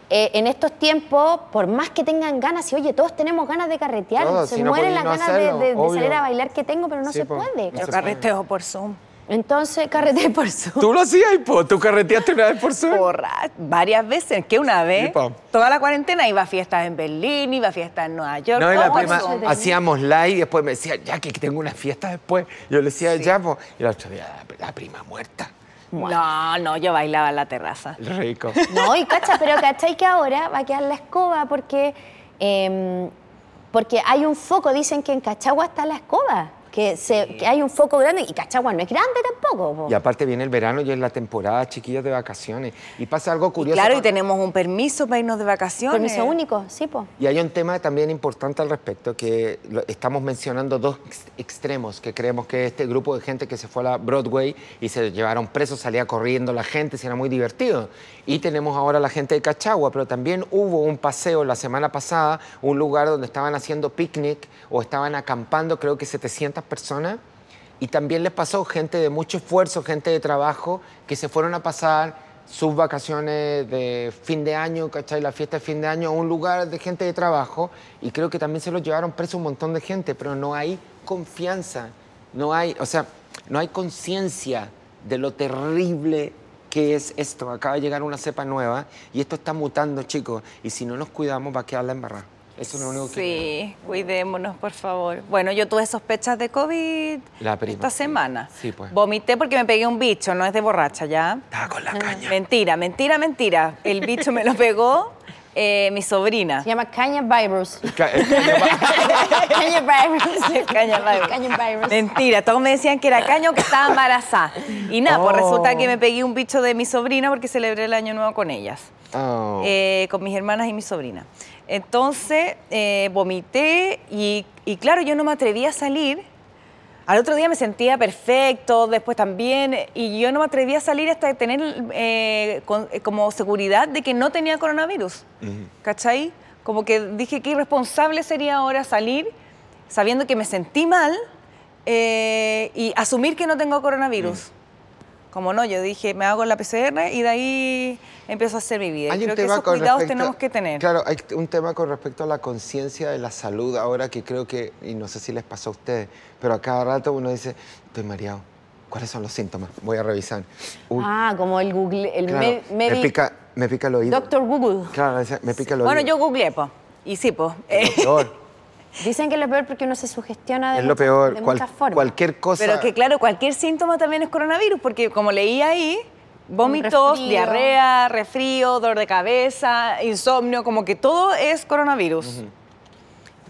C: eh, en estos tiempos, por más que tengan ganas, y oye, todos tenemos ganas de carretear,
B: Todos,
C: se
B: si no
C: mueren
B: podí
C: las
B: no
C: ganas
B: hacerlo,
C: de, de- de
B: obvio.
C: salir a bailar que tengo, pero no
B: Sí,
C: se
B: po.
C: puede.
B: No
A: Pero
B: se
A: carreteo por Zoom.
C: Entonces, carreteé por su.
B: Tú lo hacías, po. Tú carreteaste una vez por Zoom.
A: Borra- varias veces, que una vez,
B: po.
A: toda la cuarentena iba a fiestas en Berlín, iba a fiestas en Nueva York.
B: No, y la
A: todo
B: prima Ah,
A: eso.
B: hacíamos live y después me decía, ya que tengo una fiesta después. Yo le decía, ya, po. Y la otra día, la, la prima muerta.
A: No, no, yo bailaba en la terraza.
B: Rico.
C: No, y cacha, pero cachai que ahora va a quedar la escoba porque, eh, porque hay un foco, dicen que en Cachagua está la escoba, que, se, que hay un foco grande y Cachagua no es grande tampoco. po.
B: Y aparte viene el verano y es la temporada chiquillos de vacaciones. Y pasa algo
A: Y
B: curioso.
A: claro, y
B: con-
A: tenemos un permiso para irnos de vacaciones.
C: Permiso único, sí, po.
B: Y hay un tema también importante al respecto, que lo- estamos mencionando dos ex- extremos, que creemos que este grupo de gente que se fue a la Broadway y se llevaron presos, salía corriendo la gente, si era muy divertido. Y tenemos ahora la gente de Cachagua, pero también hubo un paseo la semana pasada, un lugar donde estaban haciendo picnic o estaban acampando, creo que 700 personas. Y también les pasó gente de mucho esfuerzo, gente de trabajo, que se fueron a pasar sus vacaciones de fin de año, ¿cachai? La fiesta de fin de año a un lugar de gente de trabajo. Y creo que también se los llevaron preso un montón de gente, pero no hay confianza, no hay, o sea, no hay conciencia de lo terrible que es esto. Acaba de llegar una cepa nueva y esto está mutando, chicos. Y si no nos cuidamos, va a quedar la embarrada. Eso es lo único que...
A: Sí, cuidémonos, por favor. Bueno, yo tuve sospechas de COVID
B: La prima.
A: esta semana.
B: Sí, pues.
A: Vomité porque me pegué un bicho, no es de borracha ya.
B: Estaba con la caña.
A: Mentira, mentira, mentira. El bicho me lo pegó eh, mi sobrina.
C: Se llama Caña Virus. Caña Virus.
A: Caña virus.
C: Caña Virus.
A: Mentira, todos me decían que era caña o que estaba embarazada. Y nada, pues
B: Oh.
A: resulta que me pegué un bicho de mi sobrina porque celebré el año nuevo con ellas.
B: Oh.
A: Eh, con mis hermanas y mi sobrina. Entonces, eh, vomité y, y claro, yo no me atreví a salir. Al otro día me sentía perfecto, después también, y yo no me atreví a salir hasta tener eh, con- eh, como seguridad de que no tenía coronavirus. ¿Cachai? Como que dije que irresponsable sería ahora salir sabiendo que me sentí mal eh, y asumir que no tengo coronavirus. Como no, yo dije, me hago la PCR y de ahí empiezo a hacer mi vida. Y
B: Hay un
A: Creo que
B: tema
A: esos
B: con
A: cuidados
B: respecto-
A: tenemos que tener.
B: Claro, hay un tema con respecto a la conciencia de la salud ahora que creo que, y no sé si les pasó a ustedes, pero a cada rato uno dice, estoy mareado. ¿Cuáles son los síntomas? Voy a revisar. Uy,
C: Ah, como el Google, el
B: claro,
C: me-
B: me,
C: Mevi-
B: pica, me pica el oído.
C: Doctor Google.
B: Claro, dice, me pica el oído.
A: Bueno, yo googleé, po. Y sí, po. Eh,
B: Es lo peor.
C: Dicen que es lo peor porque uno se sugestiona de,
B: Es lo
C: muchas-
B: peor.
C: de
B: Cual-
C: muchas formas.
B: cualquier cosa.
A: pero que claro, cualquier síntoma también es coronavirus, porque como leí ahí, vómitos,
C: resfrío.
A: diarrea, resfrío, dolor de cabeza, insomnio, como que todo es coronavirus.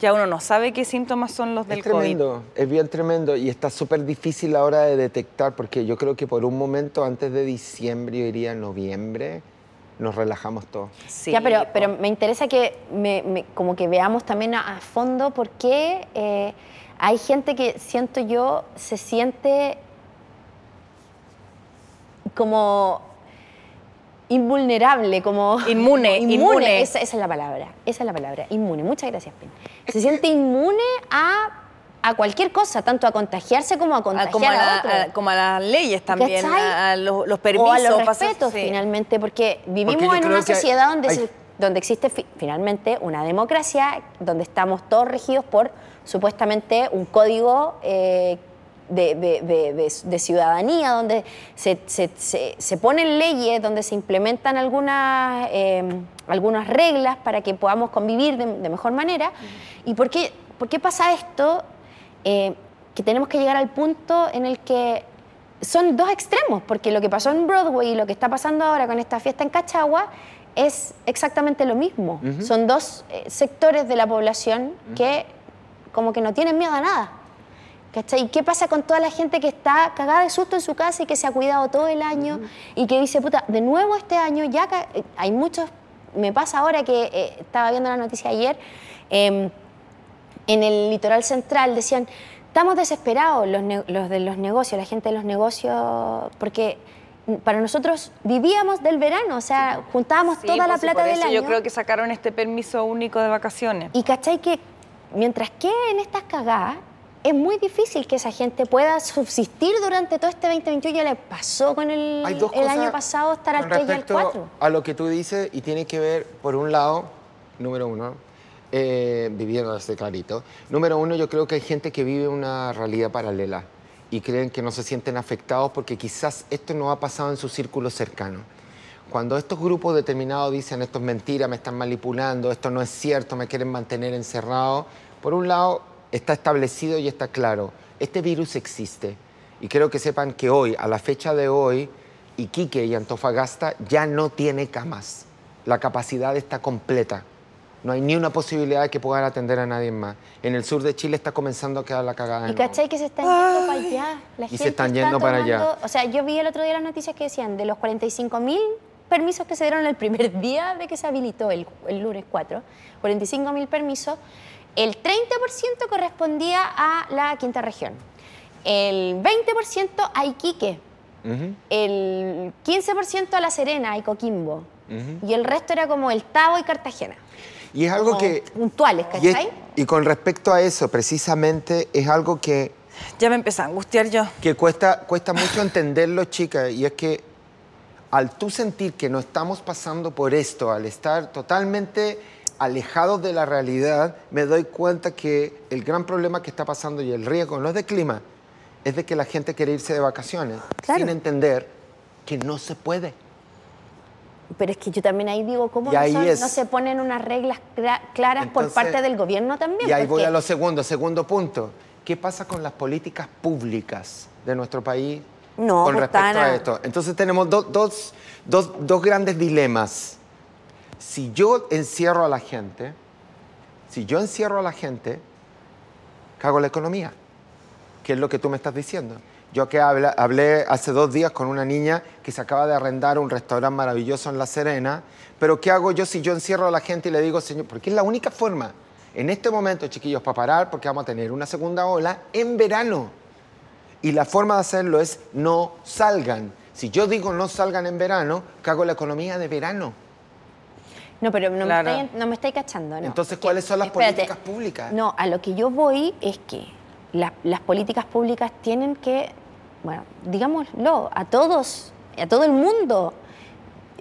A: Ya uno no sabe qué síntomas son los del
B: es tremendo, es bien tremendo y está súper difícil la hora de detectar porque yo creo que por un momento antes de diciembre, yo diría noviembre, nos relajamos todos.
A: COVID. Sí,
C: ya, pero,
A: po.
C: pero me interesa que me- me- como que veamos también a, a fondo por qué eh, hay gente que siento yo se siente como invulnerable, como
A: Inmune, inmune.
C: Esa, esa es la palabra, esa es la palabra, inmune. Muchas gracias, Pen. Se siente inmune a, a cualquier cosa, tanto a contagiarse como a
A: Ah,
C: contagiar
A: como, a
C: a
A: la-
C: otro.
A: a- como a las leyes también,
C: ¿Cachai?
A: a, a los, los permisos.
C: o a los
A: pasar-
C: respetos
A: sí.
C: finalmente, porque vivimos
B: Porque yo
C: en
B: creo
C: una
B: que hay-
C: sociedad donde,
B: hay-
C: se- donde existe fi- finalmente una democracia, donde estamos todos regidos por supuestamente un código eh, de, de- de- de- de ciudadanía, donde se, se- se- se ponen leyes, donde se implementan algunas, eh, algunas reglas para que podamos convivir de, de mejor manera. ¿Y por qué, por qué pasa esto? Eh, que tenemos que llegar al punto en el que son dos extremos, porque lo que pasó en Broadway y lo que está pasando ahora con esta fiesta en Cachagua es exactamente lo mismo. Son dos eh, sectores de la población que como que no tienen miedo a nada. ¿Cachai? ¿Y qué pasa con toda la gente que está cagada de susto en su casa y que se ha cuidado todo el año y que dice, puta, de nuevo este año ya ca- eh, hay muchos... Me pasa ahora que eh, estaba viendo la noticia ayer, em, en el litoral central decían, estamos desesperados los, ne- los de los negocios, la gente de los negocios, porque mm, para nosotros vivíamos del verano, o sea, juntábamos
A: Sí,
C: toda la
A: pues, y
C: plata
A: por
C: del
A: eso
C: año.
A: Yo creo que sacaron este permiso único de vacaciones.
C: Y cachai que mientras que en estas cagadas es muy difícil que esa gente pueda subsistir durante todo este 2021. Ya le pasó con el,
B: Hay dos
C: el
B: cosas
C: año pasado estar al
B: con
C: 3 y al
B: respecto
C: 4.
B: A lo que tú dices, y tiene que ver, por un lado, número uno, eh, viviendo desde clarito. Número uno, yo creo que hay gente que vive una realidad paralela y creen que no se sienten afectados porque quizás esto no ha pasado en su círculo cercano. Cuando estos grupos determinados dicen esto es mentira, me están manipulando, esto no es cierto, me quieren mantener encerrado, por un lado está establecido y está claro, este virus existe. Y quiero que sepan que hoy, a la fecha de hoy, Iquique y Antofagasta ya no tiene camas. La capacidad está completa. No hay ni una posibilidad de que puedan atender a nadie más. En el sur de Chile está comenzando a quedar la cagada. de
C: Y
B: nuevo.
C: cachai que se están yendo para allá. La
B: Ah, Y se
C: gente está
B: están yendo para allá.
C: tomando- O sea, yo vi el otro día las noticias que decían de los 45 mil permisos que se dieron el primer día de que se habilitó, el, el lunes 4, 45 mil permisos, el 30% correspondía a la quinta región, el 20% a Iquique,
B: Ujú.
C: el 15% a La Serena y Coquimbo. Y el resto era como el Tavo y Cartagena.
B: Y es algo
C: Como
B: que...
C: Puntuales,
B: y es-
C: ¿cachai?
B: y con respecto a eso, precisamente, es algo que
A: Ya me empecé a angustiar yo.
B: que cuesta, cuesta mucho entenderlo, chica, y es que al tú sentir que no estamos pasando por esto, al estar totalmente alejados de la realidad, me doy cuenta que el gran problema que está pasando y el riesgo no es de clima, es de que la gente quiere irse de vacaciones sin entender que no se puede.
C: Pero es que yo también ahí digo, ¿cómo
B: Y
C: no,
B: ahí
C: son-
B: es.
C: no se ponen unas reglas cla- claras por
B: Entonces,
C: parte del gobierno también?
B: Y ahí voy
C: Porque
B: a lo segundo, segundo punto. ¿Qué pasa con las políticas públicas de nuestro país
D: No,
B: con respecto
D: Botana.
B: a esto? Entonces tenemos do- dos, dos- dos grandes dilemas. Si yo encierro a la gente, si yo encierro a la gente, cago la economía, que es lo que tú me estás diciendo. Yo que habla- hablé hace dos días con una niña que se acaba de arrendar un restaurante maravilloso en La Serena, pero ¿qué hago yo si yo encierro a la gente y le digo, señor, porque es la única forma en este momento, chiquillos, para parar, porque vamos a tener una segunda ola en verano. Y la forma de hacerlo es no salgan. Si yo digo no salgan en verano, cago la economía de verano.
C: No, pero no,
A: Claro.
C: me estáis, no me estáis cachando. no.
B: Entonces,
C: Porque-
B: ¿cuáles son las políticas públicas?
C: No, a lo que yo voy es que la- las políticas públicas tienen que, bueno, digámoslo, a todos, a todo el mundo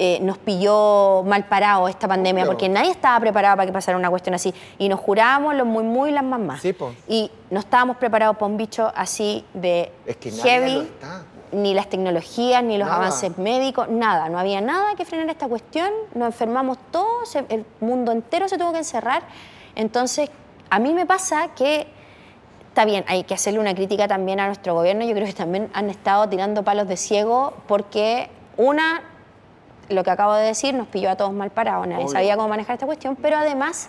C: eh, nos pilló mal parado esta pandemia,
B: Obvio.
C: porque nadie estaba preparado para que pasara una cuestión así. Y nos jurábamos los muy, muy las mamás.
B: Sí, po.
C: Y no estábamos preparados para un bicho así de
B: Es que nadie
C: heavy
B: lo está.
C: ni las tecnologías, ni los
B: Nada.
C: avances médicos, nada. No había nada que frenar esta cuestión. Nos enfermamos todos, se- el mundo entero se tuvo que encerrar. Entonces, a mí me pasa que está bien, hay que hacerle una crítica también a nuestro gobierno. Yo creo que también han estado tirando palos de ciego porque una, lo que acabo de decir, nos pilló a todos mal parados. Nadie
B: Obvio.
C: sabía cómo manejar esta cuestión, pero además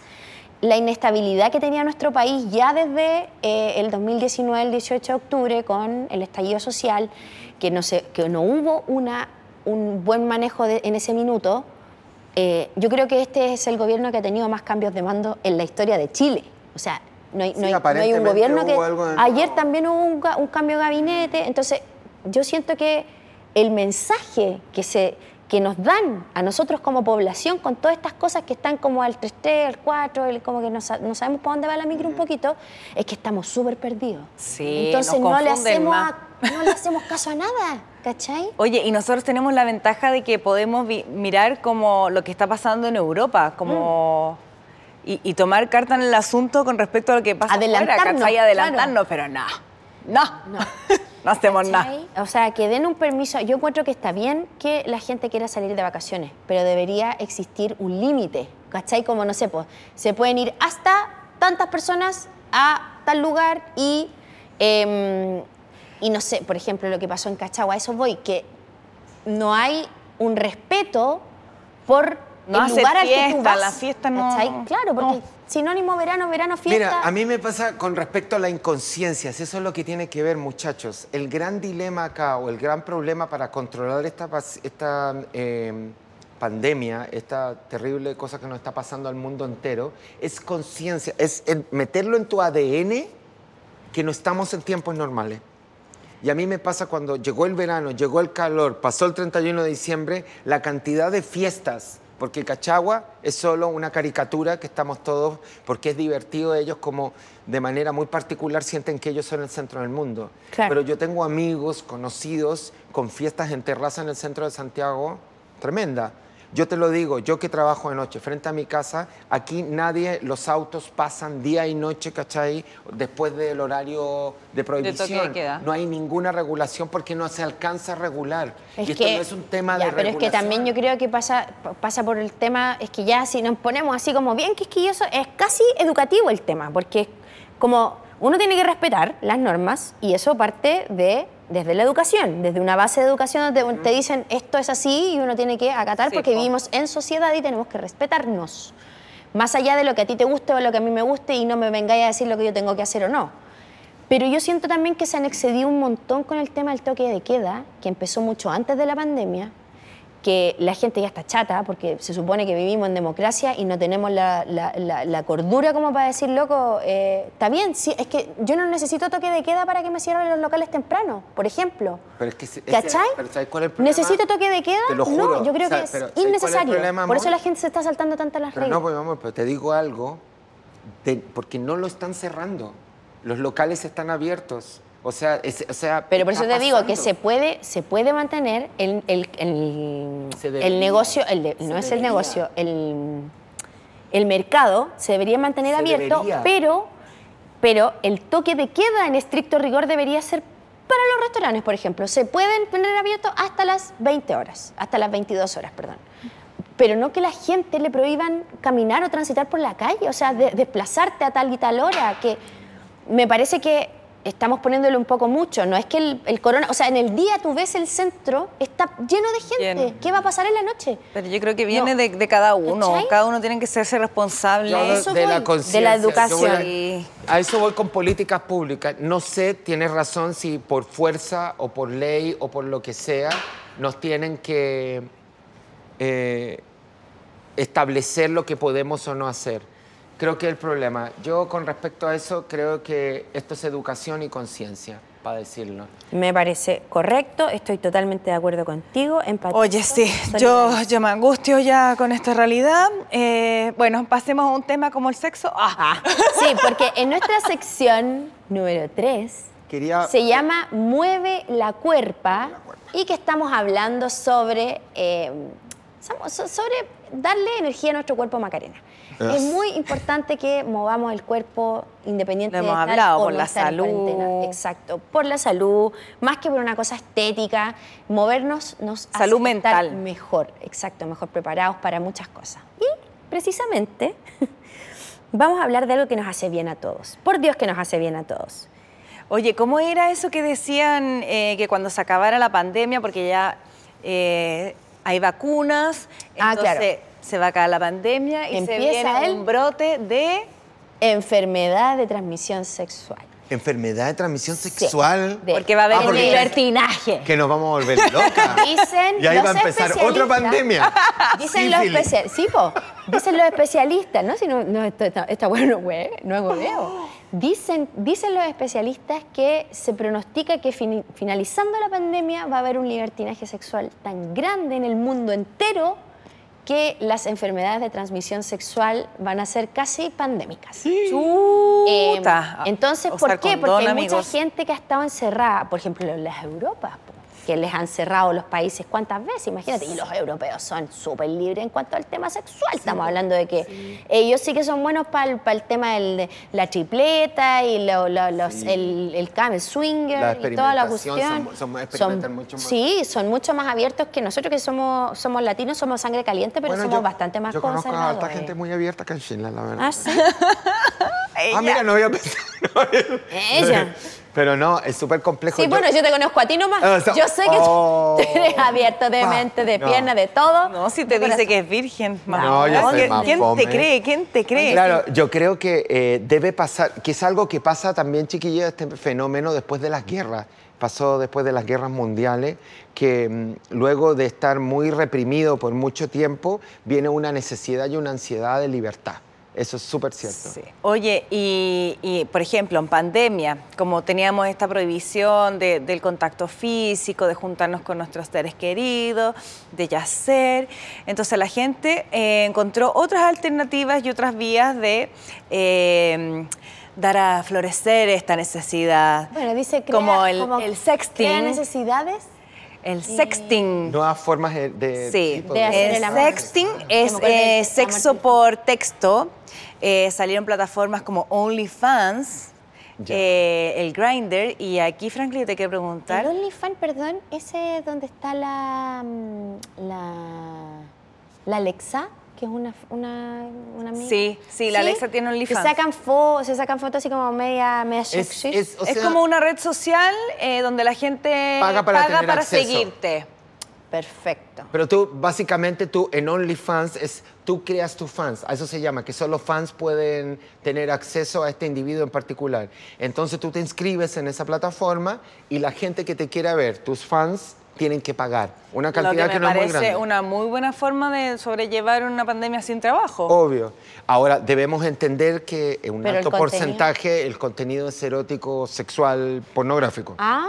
C: la inestabilidad que tenía nuestro país ya desde eh, el 2019, el 18 de octubre, con el estallido social, que no, se, que no hubo una, un buen manejo de- en ese minuto. Eh, yo creo que este es el gobierno que ha tenido más cambios de mando en la historia de Chile. O sea, no hay,
B: Sí,
C: no hay- no hay un
B: aparentemente
C: gobierno que...
B: hubo algo de
C: Ayer
B: nuevo.
C: también hubo un, ga- un cambio de gabinete. Entonces, yo siento que el mensaje que, se, que nos dan a nosotros como población con todas estas cosas que están como al 3-3, al 4, el- como que no, sa- no sabemos para dónde va la micro un poquito, es que estamos súper perdidos.
A: Sí,
C: Entonces,
A: nos
C: no, le
A: confunden
C: hacemos
A: más.
C: a- no le hacemos caso a nada, ¿cachai?
A: Oye, y nosotros tenemos la ventaja de que podemos vi- mirar como lo que está pasando en Europa, como
C: Mm.
A: y, y tomar carta en el asunto con respecto a lo que pasa afuera,
C: Adelantarnos,
A: ¿cachai? Adelantarnos, pero no, no, no, hacemos nada.
C: ¿Cachai? O sea, que den un permiso. Yo encuentro que está bien que la gente quiera salir de vacaciones, pero debería existir un límite. ¿Cachai? Como no sé, pues, se pueden ir hasta tantas personas a tal lugar y. em, y no sé, por ejemplo, lo que pasó en Cachagua, a eso voy, que no hay un respeto por
A: No
C: el
A: hace
C: lugar al que tú
A: fiesta,
C: vas.
A: la fiesta no-
C: ¿cachai? Claro, porque
A: no.
D: sinónimo verano, verano, fiesta.
B: Mira, a mí me pasa con respecto a la inconsciencia, si eso es lo que tiene que ver, muchachos. El gran dilema acá o el gran problema para controlar esta, pas- esta eh, pandemia, esta terrible cosa que nos está pasando al mundo entero, es conciencia, es el meterlo en tu ADN que no estamos en tiempos normales. Y a mí me pasa cuando llegó el verano, llegó el calor, pasó el 31 de diciembre, la cantidad de fiestas, porque Cachagua es solo una caricatura que estamos todos, porque es divertido, ellos como de manera muy particular sienten que ellos son el centro del mundo.
D: Claro.
B: Pero yo tengo amigos, conocidos, con fiestas en terraza en el centro de Santiago, tremenda. Yo te lo digo, yo que trabajo de noche frente a mi casa, aquí nadie, los autos pasan día y noche, ¿cachai? Después del horario de prohibición
A: De toque de
B: prohibición.
A: queda.
B: No hay ninguna regulación porque no se alcanza a regular. y esto no es un tema
C: ya,
B: de
C: pero es que
B: regulación.
C: también yo creo que pasa, pasa por el tema, es que ya si nos ponemos así como bien quisquillosos, es casi educativo el tema, porque es como uno tiene que respetar las normas y eso parte de desde la educación, desde una base de educación donde te dicen esto es así y uno tiene que acatar
A: Sí,
C: porque
A: po.
C: vivimos en sociedad y tenemos que respetarnos. Más allá de lo que a ti te guste o lo que a mí me guste y no me vengáis a decir lo que yo tengo que hacer o no. Pero yo siento también que se han excedido un montón con el tema del toque de queda, que empezó mucho antes de la pandemia, que la gente ya está chata, porque se supone que vivimos en democracia y no tenemos la, la- la- la cordura como para decir, loco, eh, está bien, sí, es que yo no necesito toque de queda para que me cierren los locales temprano, por ejemplo.
B: Pero es que, es que-
C: ¿Cachai?
B: pero ¿sabes cuál es el problema?
C: ¿Necesito toque de queda?
B: Te lo juro.
C: No, yo creo
B: O sea,
C: que es
B: pero ¿sabes cuál es el
C: innecesario.
B: problema,
C: por
B: amor?
C: eso la gente se está saltando tantas las
B: Pero
C: reglas.
B: no, pues, vamos, pero te digo algo, de- porque no lo están cerrando. Los locales están abiertos. O sea, es- o sea
C: Pero por eso
B: está
C: te digo que
B: pasando.
C: se puede, se puede mantener el, el, el-
B: Se
C: el
B: debería.
C: negocio, el de- no es el negocio, el, el mercado se debería mantener
B: Se
C: abierto,
B: debería.
C: pero pero el toque de queda en estricto rigor debería ser para los restaurantes, por ejemplo. Se pueden tener abiertos hasta las 20 horas, hasta las 22 horas, perdón. Pero no que la gente le prohíban caminar o transitar por la calle, o sea, de- desplazarte a tal y tal hora, que me parece que estamos poniéndole un poco mucho. No es que el, el corona, o sea, en el día tú ves el centro, está lleno de gente.
A: Lleno.
C: ¿Qué va a pasar en la noche?
A: Pero yo creo que viene
C: No.
A: de, de cada uno.
C: ¿Cachai?
A: Cada uno tiene que serse responsable.
B: Yo hablo
C: eso
B: de,
C: voy,
B: la
C: de la
B: conciencia,
D: educación.
B: yo voy a-
A: Sí.
B: a eso voy con políticas públicas. No sé, tienes razón, si por fuerza o por ley o por lo que sea, nos tienen que eh, establecer lo que podemos o no hacer. Creo que es el problema. Yo con respecto a eso, creo que esto es educación y conciencia, para decirlo.
D: Me parece correcto, estoy totalmente de acuerdo contigo. empatizo,
A: Oye, sí, yo,
D: solidario.
A: yo me angustio ya con esta realidad. Eh, bueno, pasemos a un tema como el sexo. Ajá.
C: Sí, porque en nuestra sección número 3
B: Quería.
C: Se llama Mueve la Cuerpa y que estamos hablando sobre, eh, samo- so- sobre darle energía a nuestro cuerpo Macarena. Es muy importante que movamos el cuerpo independiente
A: Lo hemos
C: de estar
A: hablado,
C: o
A: por
C: no
A: la
C: estar en
A: salud.
C: cuarentena. Exacto, por la salud, más que por una cosa estética, movernos nos hace
A: Salud
C: estar
A: mental.
C: mejor, exacto, mejor preparados para muchas cosas. Y precisamente vamos a hablar de algo que nos hace bien a todos. Por Dios que nos hace bien a todos.
A: Oye, ¿cómo era eso que decían eh, que cuando se acabara la pandemia, porque ya eh, hay vacunas,
C: Ah,
A: entonces
C: claro.
A: se va a acabar la pandemia y se
C: Empieza
A: viene
C: el-
A: un brote de...
C: enfermedad de transmisión sexual.
B: Enfermedad de transmisión
C: Sí.
B: sexual.
C: De-
A: Porque va a haber
B: Ah, porque-
C: libertinaje.
B: Que nos vamos a volver locas.
C: Dicen
B: Y ahí
C: los
B: va a empezar otra
C: especialistas-
B: pandemia.
C: Dicen los
B: Sífilis.
C: especialistas, sí, po. dicen los especialistas, ¿no? Si no, no, esto- esta, esta hueá no es hue- no es hueveo. Dicen, dicen los especialistas que se pronostica que fini- finalizando la pandemia va a haber un libertinaje sexual tan grande en el mundo entero que las enfermedades de transmisión sexual van a ser casi pandémicas. Eh,
B: ah,
A: Chuta.
C: entonces,
A: Usar
C: ¿por qué?
A: condón,
C: Porque hay mucha
A: amigos.
C: gente que ha estado encerrada, por ejemplo, en las Europas, po, que les han cerrado los países cuántas veces, imagínate. Y los europeos son súper libres en cuanto al tema sexual. Estamos hablando de que ellos sí que son buenos para el tema del- de la tripleta y lo- lo- los- el, el cam, el swinger
B: La
C: y toda la
B: experimentación,
C: cuestión.
B: son- son- experimentan mucho más.
C: Sí, son mucho más abiertos que nosotros que somos, somos latinos, somos sangre caliente, pero
B: Bueno,
C: somos
B: yo-
C: bastante más
B: Yo conozco a harta
C: conservadores. Ah,
B: gente muy abierta acá en Chile, la verdad.
D: Ah, sí.
B: Ah, mira, no había pensado.
D: Ella.
B: Pero no, es súper complejo.
C: Sí,
B: Yo-
C: bueno, yo te conozco a ti nomás.
B: Ah, o sea,
C: yo sé que tú-
B: oh.
C: tú eres abierto de
B: Pa,
C: mente, de
B: no.
C: pierna, de todo.
A: No, si te
C: De
A: dice
C: corazón.
A: que es virgen. más
B: No, yo
A: fome.
B: soy más
A: ¿Quién
B: fome.
A: te cree? ¿Quién te cree?
B: Claro, yo creo que eh, debe pasar, que es algo que pasa también, chiquilla, este fenómeno después de las guerras. Pasó después de las guerras mundiales, que mm, luego de estar muy reprimido por mucho tiempo, viene una necesidad y una ansiedad de libertad. Eso es súper cierto.
A: Sí. Oye, y, y, por ejemplo, en pandemia, como teníamos esta prohibición de- del contacto físico, de juntarnos con nuestros seres queridos, de yacer, entonces la gente eh, encontró otras alternativas y otras vías de eh, dar a florecer esta necesidad.
C: Bueno, dice crea-
A: como el,
C: como
A: el
C: crea
A: sexting.
C: necesidades.
A: El sexting.
B: Nuevas formas de... de-
A: Sí,
B: tipo
C: de hacer
A: el
C: el amor.
A: sexting es
C: Me acuerdo del
A: eh,
C: amor
A: sexo
C: físico.
A: por texto. Eh, salieron plataformas como OnlyFans,
B: Ya.
A: eh, el Grinder y aquí Franklin te quiero preguntar.
C: El OnlyFans, perdón, ese es donde está la, mm, la, la Alexa, que es una, una, una amiga.
A: Sí, sí, la Alexa tiene OnlyFans.
C: Y sacan fotos, se sacan fotos así como media, media sexy.
B: o
A: es
B: sea,
A: como una red social eh, donde la gente
B: Paga para tener
A: para
B: acceso.
A: seguirte.
C: Perfecto.
B: Pero tú, básicamente, tú en OnlyFans, es, tú creas tus fans. A eso se llama, que solo fans pueden tener acceso a este individuo en particular. Entonces tú te inscribes en esa plataforma y la gente que te quiera ver, tus fans, tienen que pagar. Una
A: Lo que
B: cantidad
A: me
B: que, no es muy
A: parece
B: grande.
A: una muy buena forma de sobrellevar una pandemia sin trabajo.
B: Obvio. Ahora, debemos entender que en un
C: Pero el
B: alto
C: contenido.
B: porcentaje el contenido es erótico, sexual, pornográfico.
C: Ah.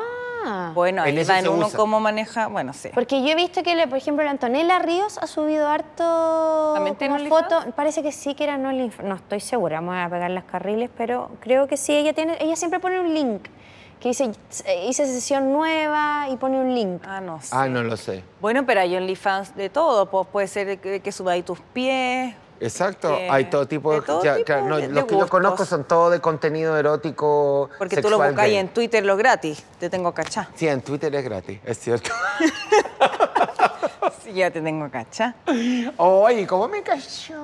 A: Bueno,
B: En
A: ahí
B: eso
A: va en
B: se
A: uno
B: usa.
A: cómo maneja, bueno, sí.
C: Porque yo he visto que, le- por ejemplo, la Antonella Ríos ha subido harto
A: ¿También tiene
C: como
A: OnlyFans?
C: foto. Parece que sí que era no No estoy segura, vamos a pegar las carriles, pero creo que sí. Ella tiene, ella siempre pone un link que dice eh, hice sesión nueva y pone un link.
A: Ah, no sé.
B: Ah, no lo sé.
A: Bueno, pero hay OnlyFans de todo. po. Puede ser que, que subáis tus pies.
B: Exacto,
A: Eh,
B: hay todo tipo de...
A: de todo
B: ya,
A: tipo
B: claro, no,
A: de- de
B: los que yo conozco
A: gustos.
B: son todo de contenido erótico.
A: Porque tú lo
B: sexual
A: buscáis
B: gay.
A: en Twitter lo gratis. Te tengo cachá.
B: Sí, en Twitter es gratis, es cierto.
A: Sí, ya te tengo cachá.
B: Oye, ¿cómo me cayó?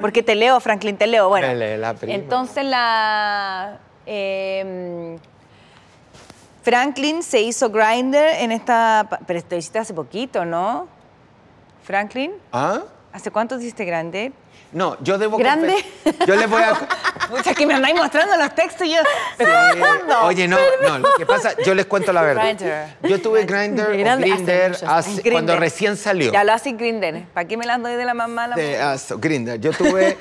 A: Porque te leo, Franklin, te leo. Bueno,
B: Me lee la prima.
A: entonces la... eh, Franklin se hizo grinder en esta... pa- Pero esto lo hiciste hace poquito, ¿no? Franklin,
B: ¿Ah?
A: ¿hace cuánto te hiciste grinder?
B: No, yo debo...
A: Grande.
B: confes- Yo les voy a...
A: Muchas que me andáis mostrando los textos y yo...
B: Sí. Oye, no, no, lo que pasa, yo les cuento la verdad.
A: Grindr.
B: Yo tuve Grindr, o
D: Grindr hace
B: Grindr
D: muchos
B: hace-
A: Grindr.
B: cuando recién salió. ah.
A: Ya lo hace Grinder. ¿Para qué me las doy de la mamá? a la
B: de Aso, Grindr. Yo tuve,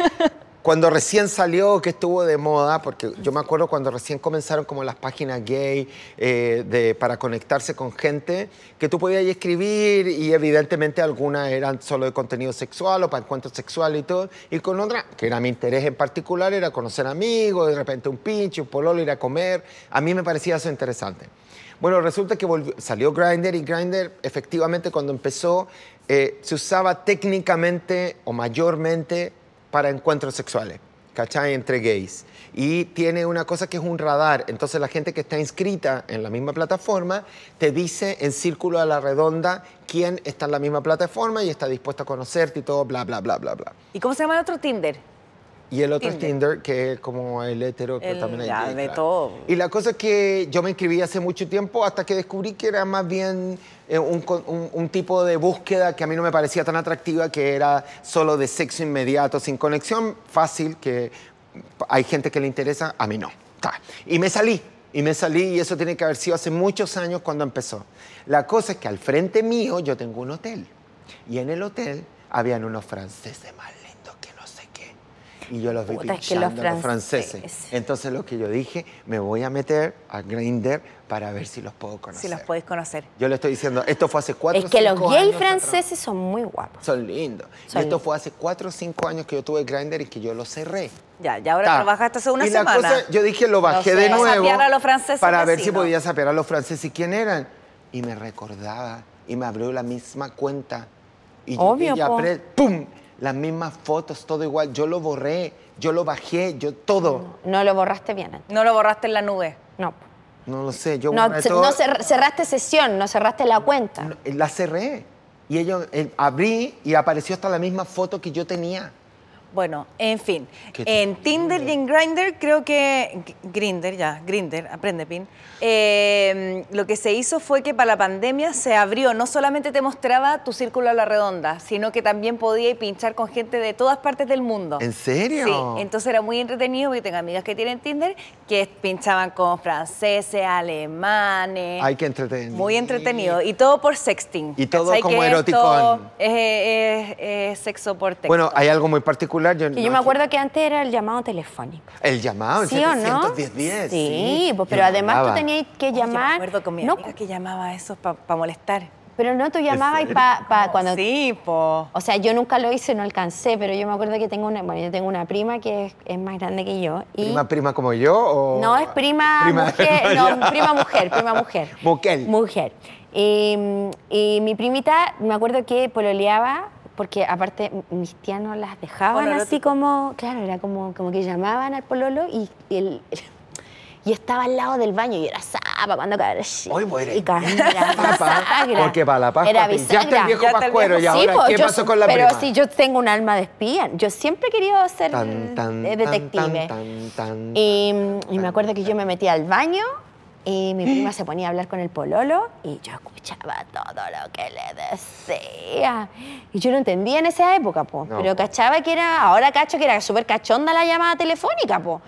B: cuando recién salió, que estuvo de moda, porque yo me acuerdo cuando recién comenzaron como las páginas gay eh, de, para conectarse con gente, que tú podías ahí escribir y evidentemente algunas eran solo de contenido sexual o para encuentros sexuales y todo, y con otras, que era mi interés en particular, era conocer amigos, de repente un pinche, un pololo, ir a comer. A mí me parecía eso interesante. Bueno, resulta que volvió- salió Grindr y Grindr efectivamente cuando empezó eh, se usaba técnicamente o mayormente para encuentros sexuales, ¿cachai? Entre gays. Y tiene una cosa que es un radar. Entonces la gente que está inscrita en la misma plataforma te dice en círculo a la redonda quién está en la misma plataforma y está dispuesto a conocerte y todo, bla, bla, bla, bla, bla.
A: ¿Y cómo se llama el otro Tinder?
B: Y el otro es Tinder, que es como el hetero, pero
A: El-
B: también hay
A: ya,
B: gay,
A: de
B: claro.
A: todo.
B: Y la cosa es que yo me inscribí hace mucho tiempo hasta que descubrí que era más bien eh, un, con- un- un tipo de búsqueda que a mí no me parecía tan atractiva, que era solo de sexo inmediato, sin conexión, fácil, que hay gente que le interesa, a mí no. Ta. Y me salí. Y me salí y eso tiene que haber sido hace muchos años cuando empezó. La cosa es que al frente mío yo tengo un hotel. Y en el hotel habían unos franceses más lindos que no sé qué. Y yo los vi
D: Puta, es que
B: pinchando
D: los
B: a los franceses.
D: franceses.
B: Entonces lo que yo dije, me voy a meter a Grindr para ver si los puedo conocer.
A: Si los podéis conocer.
B: Yo le estoy diciendo, esto fue hace cuatro
D: es que los
B: cinco
D: gays
B: años atrás.
D: franceses son muy guapos.
B: Son lindos. Y
D: Son
B: esto
D: lindos.
B: fue hace cuatro o cinco años que yo tuve Grindr y que yo lo cerré.
A: Ya, ya ahora
B: Ta.
A: trabajaste hace una
B: y
A: semana.
B: La cosa, yo dije, lo bajé
A: No sé.
B: de
A: Para
B: nuevo
A: sapear a los franceses
B: para ver
A: vecinos.
B: si podía sapear a los franceses y quién eran. Y me recordaba y me abrió la misma cuenta. Y yo-
D: Obvio,
B: y ya
D: po.
B: apre- ¡pum! Las mismas fotos, todo igual. Yo lo borré, yo lo bajé, yo todo.
C: No lo borraste bien.
A: No lo borraste en la nube.
C: No.
B: No lo sé, yo
C: No,
B: borré
C: ce-
B: todo.
C: no cer- cerraste sesión, no cerraste la cuenta.
B: No, eh, La cerré. Y ellos, eh, abrí y apareció hasta la misma foto que yo tenía.
A: Bueno, en fin.
B: ¿Qué te-
A: En Tinder y en Grindr creo que Grinder ya, Grinder, aprende pin. Eh, lo que se hizo fue que para la pandemia se abrió, no solamente te mostraba tu círculo a la redonda, sino que también podías pinchar con gente de todas partes del mundo.
B: ¿En serio?
A: Sí, entonces era muy entretenido porque tengo amigas que tienen Tinder que pinchaban con franceses, alemanes.
B: Hay que entretener.
A: Muy entretenido. Y todo por sexting.
B: Y todo
A: ¿cachai?
B: como
A: Que esto
B: eroticón.
A: Es, es- es sexo por texto.
B: Bueno, hay algo muy particular. Yo,
C: Que
B: no- Ah,
C: yo me acuerdo que antes era el llamado telefónico.
B: El llamado, el
C: ¿Sí o no?
B: 710.
C: Sí, pues,
B: Yo
C: pero
B: lo
C: además tú
B: amaba.
C: tenías que
A: Yo me
C: llamar.
A: acuerdo con mi
C: no, pues,
A: amiga que llamaba a esos para molestar.
C: pero no, tú llamabas y
B: serio?
C: pa, pa- Ah, cuando.
A: Sí, po.
C: O sea, yo nunca lo hice, no alcancé, pero yo me acuerdo que tengo una, bueno, yo tengo una prima que es, es más grande que yo. Y
B: ¿Prima, prima como yo? O...
C: No, es prima, mujer, no, prima mujer, prima mujer.
B: Mujer.
C: Mujer. Y, mm, y mi primita, me acuerdo que pololeaba, porque aparte mis tías no las dejaban
A: Bueno,
C: así
A: erótico.
C: como, claro, era como, como que llamaban al pololo y, y el- y estaba al lado del baño y era zapa cuando cabra chica.
B: Oy, vos eres
C: Y cabra, era
B: Papá,
C: bisagra.
B: Porque para la Pascua
C: Era
B: te- ya está el
C: bisagra.
B: viejo
A: Ya está el
B: pascuero y
A: viejo-
B: ahora,
C: Sí, po,
B: ¿qué
C: yo-
B: pasó con la
C: pero
B: prima?
C: si yo tengo un alma de espía, yo siempre he querido ser
B: Tan, tan,
C: eh, detective.
B: tan, tan, tan,
C: y, mm, y me acuerdo que yo me metía al baño y mi prima se ponía a hablar con el pololo y yo escuchaba todo lo que le decía. Y yo no entendía en esa época, po,
B: No,
C: pero
B: po.
C: cachaba que era, ahora cacho que era súper cachonda la llamada telefónica, po.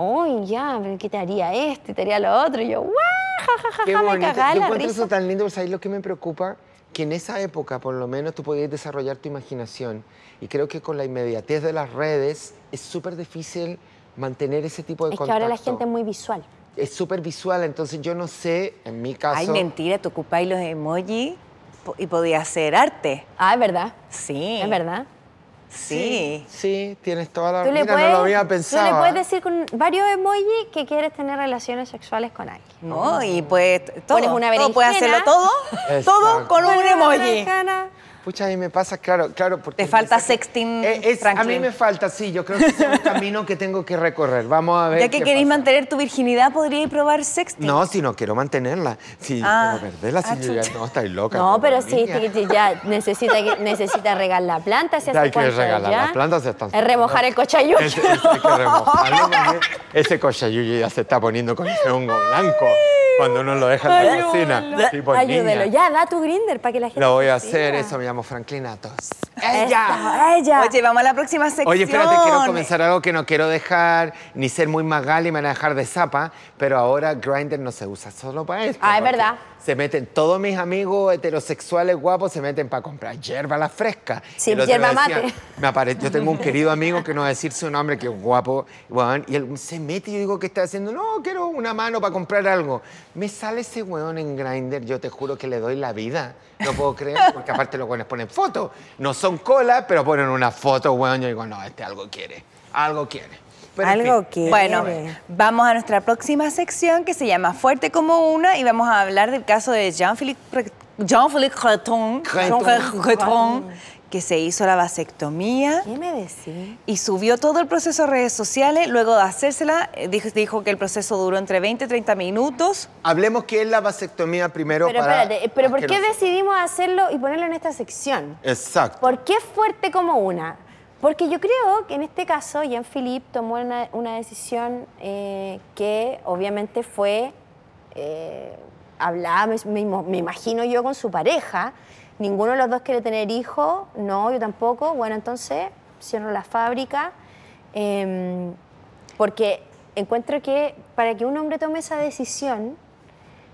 C: Uy, ya, pero ¿qué te haría este? ¿Te haría lo otro? Y yo, guau, jajaja,
B: Qué
C: me
B: bonito.
C: cagaba
B: Yo
C: la
B: encuentro
C: risa.
B: eso tan lindo, ¿sabes lo que me preocupa? Que en esa época, por lo menos, tú podías desarrollar tu imaginación. Y creo que con la inmediatez de las redes es súper difícil mantener ese tipo
C: Es
B: de
C: que
B: contacto.
C: ahora la gente es muy visual.
B: Es súper visual, entonces yo no sé, en mi
A: Ay,
B: caso...
A: mentira, tú ocupáis los emojis po- y podías hacer arte.
C: Ah, es verdad.
A: Sí.
C: Es verdad.
A: Sí.
B: Sí, tienes toda la...
C: Tú le,
B: Ah, Mira,
C: puedes,
B: no lo había
C: tú
B: pensado.
C: le puedes
B: ¿eh?
C: decir con varios emojis que quieres tener relaciones sexuales con alguien.
A: No, y pues t- todo.
C: Pones una
A: todo, puedes hacerlo
C: berenjena.
A: todo, todo
B: Exacto.
A: con un emoji.
C: Americana.
B: Pucha, a mí me pasa, claro, claro. Porque
A: Te falta
B: empieza-
A: sexting,
B: Eh, es- a mí
A: Franklin.
B: me falta, sí, yo creo que es un camino que tengo que recorrer. Vamos a ver.
A: Ya que
B: qué
A: queréis
B: pasa.
A: mantener tu virginidad, podríais probar sexting.
B: No, si no quiero mantenerla. Si
A: Ah.
B: pero perderla, si
A: Ah,
B: yo ya-
A: chucha.
B: no, estáis loca.
C: No, pero sí,
B: niña.
C: te- te- ya necesita, que- necesita regar la planta. Si hace
B: Hay que
C: cuánto
B: regalar
C: ya.
B: las plantas, se están
C: Es remojar el cochayucho.
B: Ese, ese hay que remojarlo, porque ese cochayuyo ya se está poniendo con ese hongo blanco cuando uno lo deja en la cocina. Sí, pues, niña,
C: Ayúdelo. Ya, da tu grinder para que la gente.
B: Lo voy a
C: te
B: hacer,
C: siga.
B: eso me llamo Franklin Atos.
C: Ella. Ella.
A: Oye, vamos a la próxima sección.
B: Oye, espérate, quiero comenzar algo que no quiero dejar, ni ser muy magal y me van a dejar de zapa, pero ahora Grindr no se usa solo para esto.
C: Ah, es
B: porque
C: verdad.
B: Se meten, todos mis amigos heterosexuales guapos se meten para comprar hierba a la fresca.
C: Sí,
B: El otro
C: yerba
B: decía-
C: mate.
B: me apare- yo tengo un querido amigo que no va a decir su nombre, que es guapo, weón, y él se mete y yo digo, ¿qué está haciendo? No, quiero una mano para comprar algo. Me sale ese weón en Grindr, yo te juro que le doy la vida. No puedo creer, porque aparte los weones ponen fotos. No son cola, pero ponen una foto, weón. Yo digo, no, este algo quiere, algo quiere. Pero, en
C: Algo
B: fin,
C: quiere.
A: Bueno, vamos a nuestra próxima sección que se llama Fuerte como una y vamos a hablar del caso de Jean-Philippe Cre- Jean-Philippe Creton,
B: Creton.
A: Jean-Philippe Creton, que se hizo la vasectomía
C: ¿Qué me decís?
A: y subió todo el proceso a redes sociales. Luego de hacérsela, eh, dijo, dijo que el proceso duró entre 20 y 30 minutos.
B: Hablemos que es la vasectomía primero
C: Pero
B: para...
C: espérate, eh, ¿pero por qué
B: asqueroso.
C: decidimos hacerlo y ponerlo en esta sección?
B: Exacto.
C: ¿Por qué fuerte como una? Porque yo creo que en este caso Jean-Philippe tomó una, una decisión eh, que obviamente fue, eh, hablaba, me, me imo- me imagino yo, con su pareja. Ninguno de los dos quiere tener hijos, no, yo tampoco. Bueno, entonces cierro la fábrica. em, porque encuentro que para que un hombre tome esa decisión,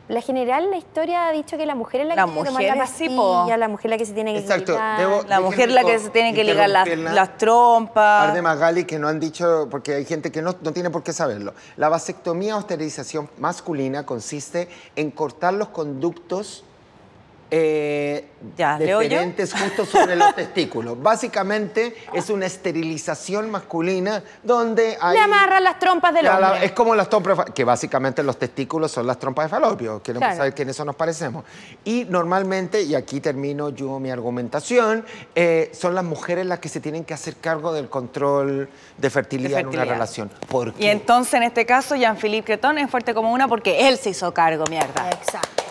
C: la general, la historia ha dicho que la mujer es la,
A: La
C: que tiene que tomar
A: mujer
C: la
A: es así,
C: pastilla,
A: po.
C: la mujer es la que se tiene que
B: Exacto,
C: cuidar.
B: debo-
A: La
B: Déjenme
A: mujer la que
B: co-
A: se tiene que ligar las,
B: interrumpirla.
A: las
B: par de
A: trompas.
B: Magali que no han dicho, porque hay gente que no, no tiene por qué saberlo. La vasectomía o esterilización masculina consiste en cortar los conductos eh,
A: Ya, ¿leo yo?
B: deferentes justo sobre los testículos. Básicamente es una esterilización masculina donde hay...
C: Le amarran las trompas del
B: Ya, la-
C: hombre.
B: es como las trompas, de fa- que básicamente los testículos son las trompas de falopio. Queremos
C: Claro.
B: saber que en eso nos parecemos. Y normalmente, y aquí termino yo mi argumentación, eh, son las mujeres las que se tienen que hacer cargo del control de fertilidad,
A: De
B: en una
A: fertilidad.
B: relación. ¿Por qué?
A: Y entonces, en este caso, Jean-Philippe Creton es fuerte como una porque él se hizo cargo, mierda.
C: Exacto.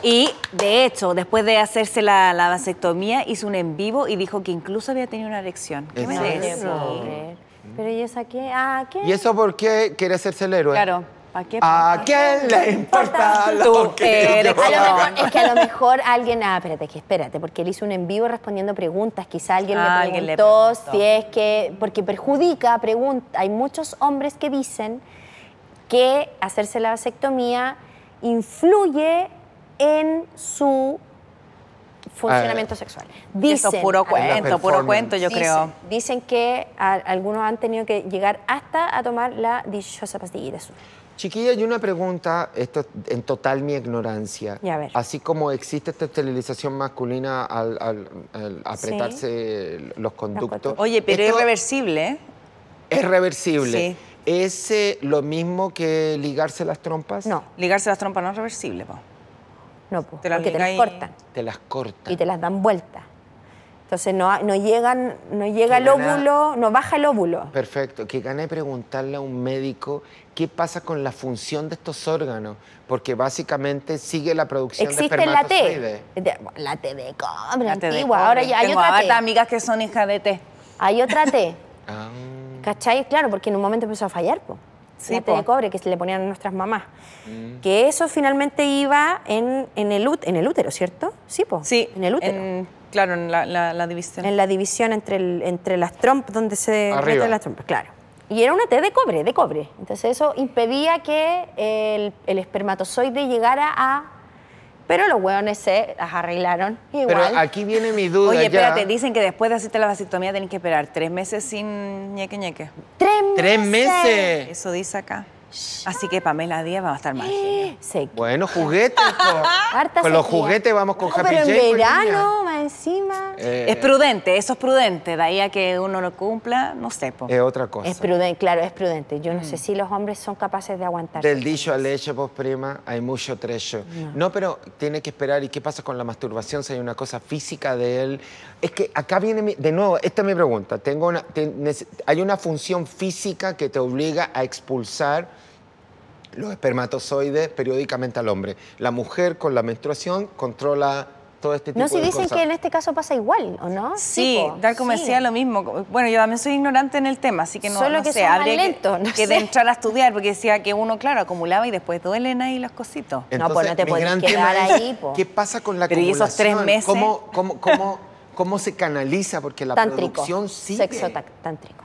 A: Y de hecho, después de hacerse la, la vasectomía, hizo un en vivo y dijo que incluso había tenido una erección. ¿Qué me
B: ¿En
A: decís?
B: serio?
C: puedo creer. Pero ¿y esa qué? Ah, ¿qué?
B: ¿Y eso por qué quiere hacerse el héroe?
A: Claro. ¿Para qué?
B: ¿A quién le importa lo
A: Tu
B: que yo
A: erección.
C: A lo mejor-
B: haga?
C: es que a lo mejor alguien, ah, espérate, que espérate, porque él hizo un en vivo respondiendo preguntas, quizá alguien,
A: Ah,
C: le,
A: alguien le
C: preguntó
A: preguntó.
C: si es que, porque perjudica, pregunta, hay muchos hombres que dicen que hacerse la vasectomía influye en su funcionamiento sexual.
A: Ah, Eso es puro cuento, puro
B: performance.
A: cuento, yo
C: Dicen-
A: creo.
C: Dicen que a- algunos han tenido que llegar hasta a tomar la dichosa pastillita azul.
B: Chiquilla, hay una pregunta, esto en total mi ignorancia.
C: Ya, a ver.
B: Así como existe esta esterilización masculina al, al- al apretarse los conductos.
C: conductos.
A: Oye, pero es
B: ¿esto
A: irreversible, ¿eh?
B: es reversible.
A: Sí.
B: ¿Es eh, lo mismo que ligarse las trompas?
C: No,
A: Ligarse las trompas no es reversible, po.
C: no, po,
A: Te la
C: porque te las
A: aplicáis-
C: cortan.
B: Te las cortan.
C: y te las dan vuelta. Entonces no, no, llegan, no llega el
B: Qué buena.
C: óvulo, no baja el óvulo.
B: Perfecto. Que gana de preguntarle a un médico qué pasa con la función de estos órganos, porque básicamente sigue la producción de
C: Existe la
B: espermatozoides.
C: T. De- la T de cobre,
A: Ya te
C: antigua.
A: descubrí.
C: Ahora ya hay
A: Tengo
C: otra T.
A: hartas amigas que son hijas de té.
C: Hay otra T.
B: Ah.
C: ¿Cachai? Claro, porque en un momento empezó a fallar, Mm. po.
A: Sí,
C: la T de
A: po.
C: cobre que se le ponían a nuestras mamás. Que eso finalmente iba en, en, el, út- en el útero, ¿cierto? Sí, po.
A: Sí.
C: En el útero. En,
A: en- claro, en la, la- la división.
C: la división entre, el- entre las trompas, donde se
B: Arriba.
C: meten las trompas, claro. Y era una T de cobre, de cobre. Entonces eso impedía que el, el espermatozoide llegara a... Pero los hueones se las arreglaron igual.
B: Pero aquí viene mi duda.
A: Oye,
B: ya.
A: espérate, dicen que después de hacerte la vasectomía tenés que esperar tres meses sin ñeque ñeque.
C: ¡Tres,
B: Tres meses.
A: Eso dice acá. Así que Pamela Díaz va a estar más
C: Eh.
A: genial.
C: Se
B: Bueno, juguetes. po.
C: Harta
B: con los
C: sequía.
B: juguetes vamos con
C: No,
B: Happy
C: Pero en
B: Jay, pues,
C: verano,
B: niña.
C: más encima.
B: Eh,
A: Es prudente, eso es prudente. De ahí a que uno lo cumpla, no sé, po.
B: es otra cosa.
C: Es prudente, claro, es prudente. Yo no
A: Mm.
C: sé si los hombres son capaces de aguantar.
B: Del dicho al hecho, pues prima, hay mucho trecho. No. pero tiene que esperar. ¿Y qué pasa con la masturbación? Si hay una cosa física de él. Es que acá viene mi. De nuevo, esta es mi pregunta. Tengo una, te- nece- hay una función física que te obliga a expulsar los espermatozoides periódicamente al hombre. La mujer con la menstruación controla todo este tipo
C: No, si
B: de
C: dicen
B: cosas.
C: que en este caso pasa igual, ¿o no?
A: Sí,
C: po,
A: tal como
C: sí.
A: decía, lo mismo. Bueno, yo también soy ignorante en el tema, así que no,
C: Solo
A: no
C: que
A: sé.
C: son más
A: habría que-
C: lentos, no
A: que de
C: sé.
A: entrar a estudiar, porque decía que uno, claro, acumulaba y después duelen ahí los cositos.
C: No, pues, no te
B: mi
C: podés
B: gran
C: quedar
B: tema es,
C: ahí, po.
B: ¿Qué pasa con la
A: Pero, ¿y esos tres
B: acumulación?
A: meses?
B: ¿Cómo, cómo, cómo, cómo se canaliza? Porque la
C: Tántrico.
B: producción sigue.
C: Sexo tac- tántrico.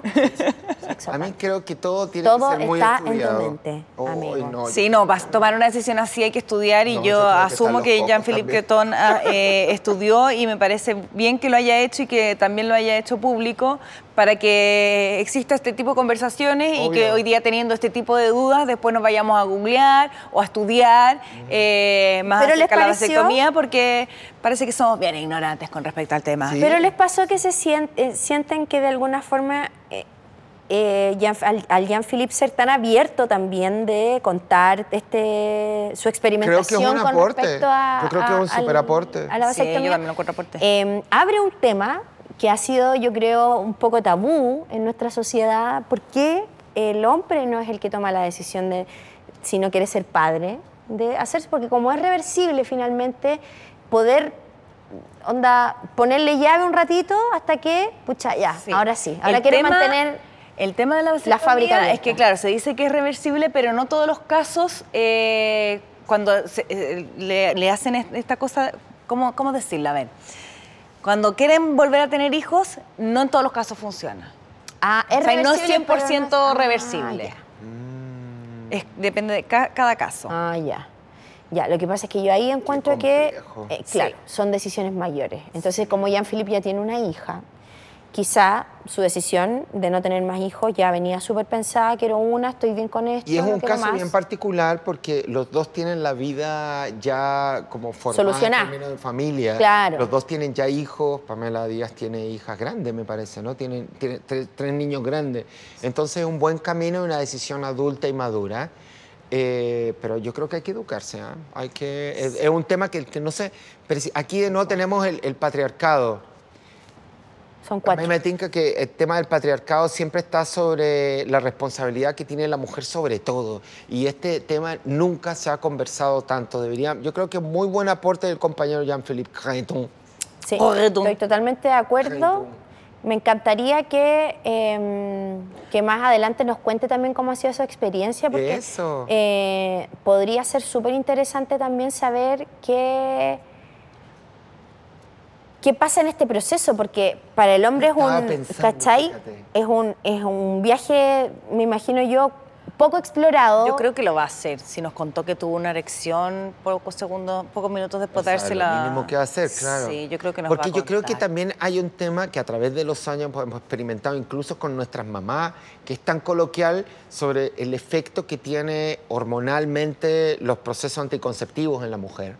C: Sexo
B: A mí
C: tántrico.
B: creo que todo tiene
C: Todo
B: que ser muy
C: está en tu
B: estudiado.
C: mente,
B: Ay,
C: amigo.
B: no,
A: Sí, no, para tomar una decisión así hay que estudiar y
B: No, yo
A: yo
B: creo que
A: asumo
B: están los
A: que
B: pocos
A: Jean-Philippe
B: también.
A: Creton ah, eh, estudió y me parece bien que lo haya hecho y que también lo haya hecho público para que exista este tipo de conversaciones y que
B: Obvio.
A: hoy día teniendo este tipo de dudas después nos vayamos a googlear o a estudiar eh, más
C: ¿Pero les
A: acerca de la
C: pareció?
A: vasectomía porque parece que somos bien ignorantes con respecto al tema.
B: Sí.
C: Pero les pasó que se sien- eh, sienten que de alguna forma eh, eh, Jean- al, al Jean-Philippe ser tan abierto también de contar este su experimentación
B: un
C: con
B: aporte.
C: respecto a
B: Yo creo que es un
C: a- al-
B: superaporte.
C: a la
A: Sí, yo
C: vasectomía.
A: también lo encuentro aporte.
C: Eh, abre un tema que ha sido, yo creo, un poco tabú en nuestra sociedad. ¿Por qué el hombre no es el que toma la decisión de, si no quiere ser padre, de hacerse? Porque como es reversible finalmente, poder, onda, ponerle llave un ratito hasta que, pucha, ya, ahora sí. Ahora
A: El
C: quiero
A: tema-
C: mantener...
A: El tema de la vasectomía
C: fábrica abierta.
A: es que, claro, se dice que es reversible, pero no todos los casos, eh, cuando se- eh, le, le hacen es- esta cosa, ¿cómo, cómo decirla? A ver, cuando quieren volver a tener hijos, no en todos los casos funciona.
C: Ah, es
A: O sea, no es
C: reversible, pero no
A: 100%
C: ah,
A: reversible.
C: ya.
B: Mm.
A: Es- depende de ca- cada caso.
C: Ah, ya. Ya, lo que pasa es que yo ahí encuentro que,
B: complejo.
C: eh, claro, son decisiones mayores. Entonces, como Jean-Philippe ya tiene una hija, quizá su decisión de no tener más hijos ya venía súper pensada, quiero una, estoy bien con esto,
B: Y es
C: no
B: un
C: quiero
B: caso
C: más.
B: bien particular porque los dos tienen la vida ya como formada
C: Solucionada.
B: en términos de familia.
C: Claro.
B: Los dos tienen ya hijos. Pamela Díaz tiene hijas grandes, me parece, ¿no? Tiene, tiene tres, tres niños grandes. Entonces es un buen camino y una decisión adulta y madura. Eh, pero yo creo que hay que educarse, ¿ah? hay que es, es un tema que, que no sé, pero si- aquí no tenemos el, el patriarcado,
C: Son
B: A
C: cuatro.
B: mí me tinca que el tema del patriarcado siempre está sobre la responsabilidad que tiene la mujer sobre todo. Y este tema nunca se ha conversado tanto. Debería, yo creo que muy buen aporte del compañero Jean-Philippe Creton.
C: Sí,
B: Correcto.
C: estoy totalmente de acuerdo.
B: Correcto.
C: Me encantaría que, eh, que más adelante nos cuente también cómo ha sido su experiencia, porque
B: Eso.
C: eh, podría ser súper interesante también saber qué, qué pasa en este proceso, porque para el hombre es
B: Estaba
C: un,
B: pensando,
C: ¿cachai?
B: fíjate.
C: Es un, es un viaje, me imagino yo, poco explorado.
G: Yo creo que lo va a hacer. Si nos contó que tuvo una erección pocos segundos, pocos minutos después de
B: O sea,
G: darse
B: lo
G: la.
B: mínimo que va a hacer, claro.
G: Sí, yo creo que nos
B: Porque
G: va a
B: yo creo que
G: contar.
B: también hay un tema que a través de los años hemos experimentado, incluso con nuestras mamás, que es tan coloquial sobre el efecto que tiene hormonalmente los procesos anticonceptivos en la mujer.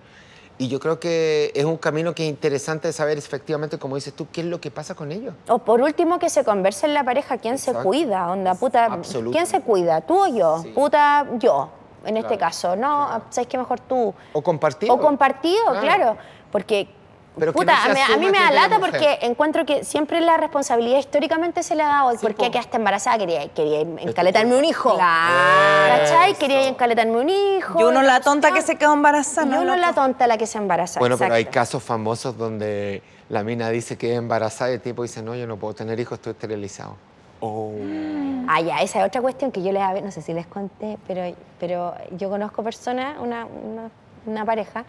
B: Y yo creo que es un camino que es interesante saber efectivamente, como dices tú, qué es lo que pasa con ellos.
C: O por último, que se converse en la pareja quién se
B: Exacto.
C: cuida, onda, puta,
B: Absolutamente.
C: ¿quién se cuida? ¿Tú o yo?
B: Sí.
C: Puta, yo, en este
B: Claro,
C: caso, ¿no? ¿Sabes qué mejor tú?
B: O compartido.
C: O compartido, claro, porque...
B: Pero que
C: Puta,
B: no se
C: a, mí, a mí
B: asuma
C: me
B: que
C: da
B: es de la
C: lata
B: mujer.
C: porque encuentro que siempre la responsabilidad históricamente se le ha dado. ¿Por qué
B: po.
C: quedaste embarazada? Quería, quería encaletarme un hijo.
A: Claro.
C: ¿Cachai? Quería encaletarme un hijo.
A: Y uno la
C: cuestión.
A: tonta que se quedó embarazada.
C: Y uno
A: loco?
C: la tonta la que se embaraza.
B: Bueno, pero hay
C: exacto.
B: casos famosos donde la mina dice que es embarazada y el tipo dice, no, yo no puedo tener hijos, estoy esterilizado.
C: Ah, ya, esa es otra cuestión que yo les había, no sé si les conté, pero, pero yo conozco personas, una, una- una pareja,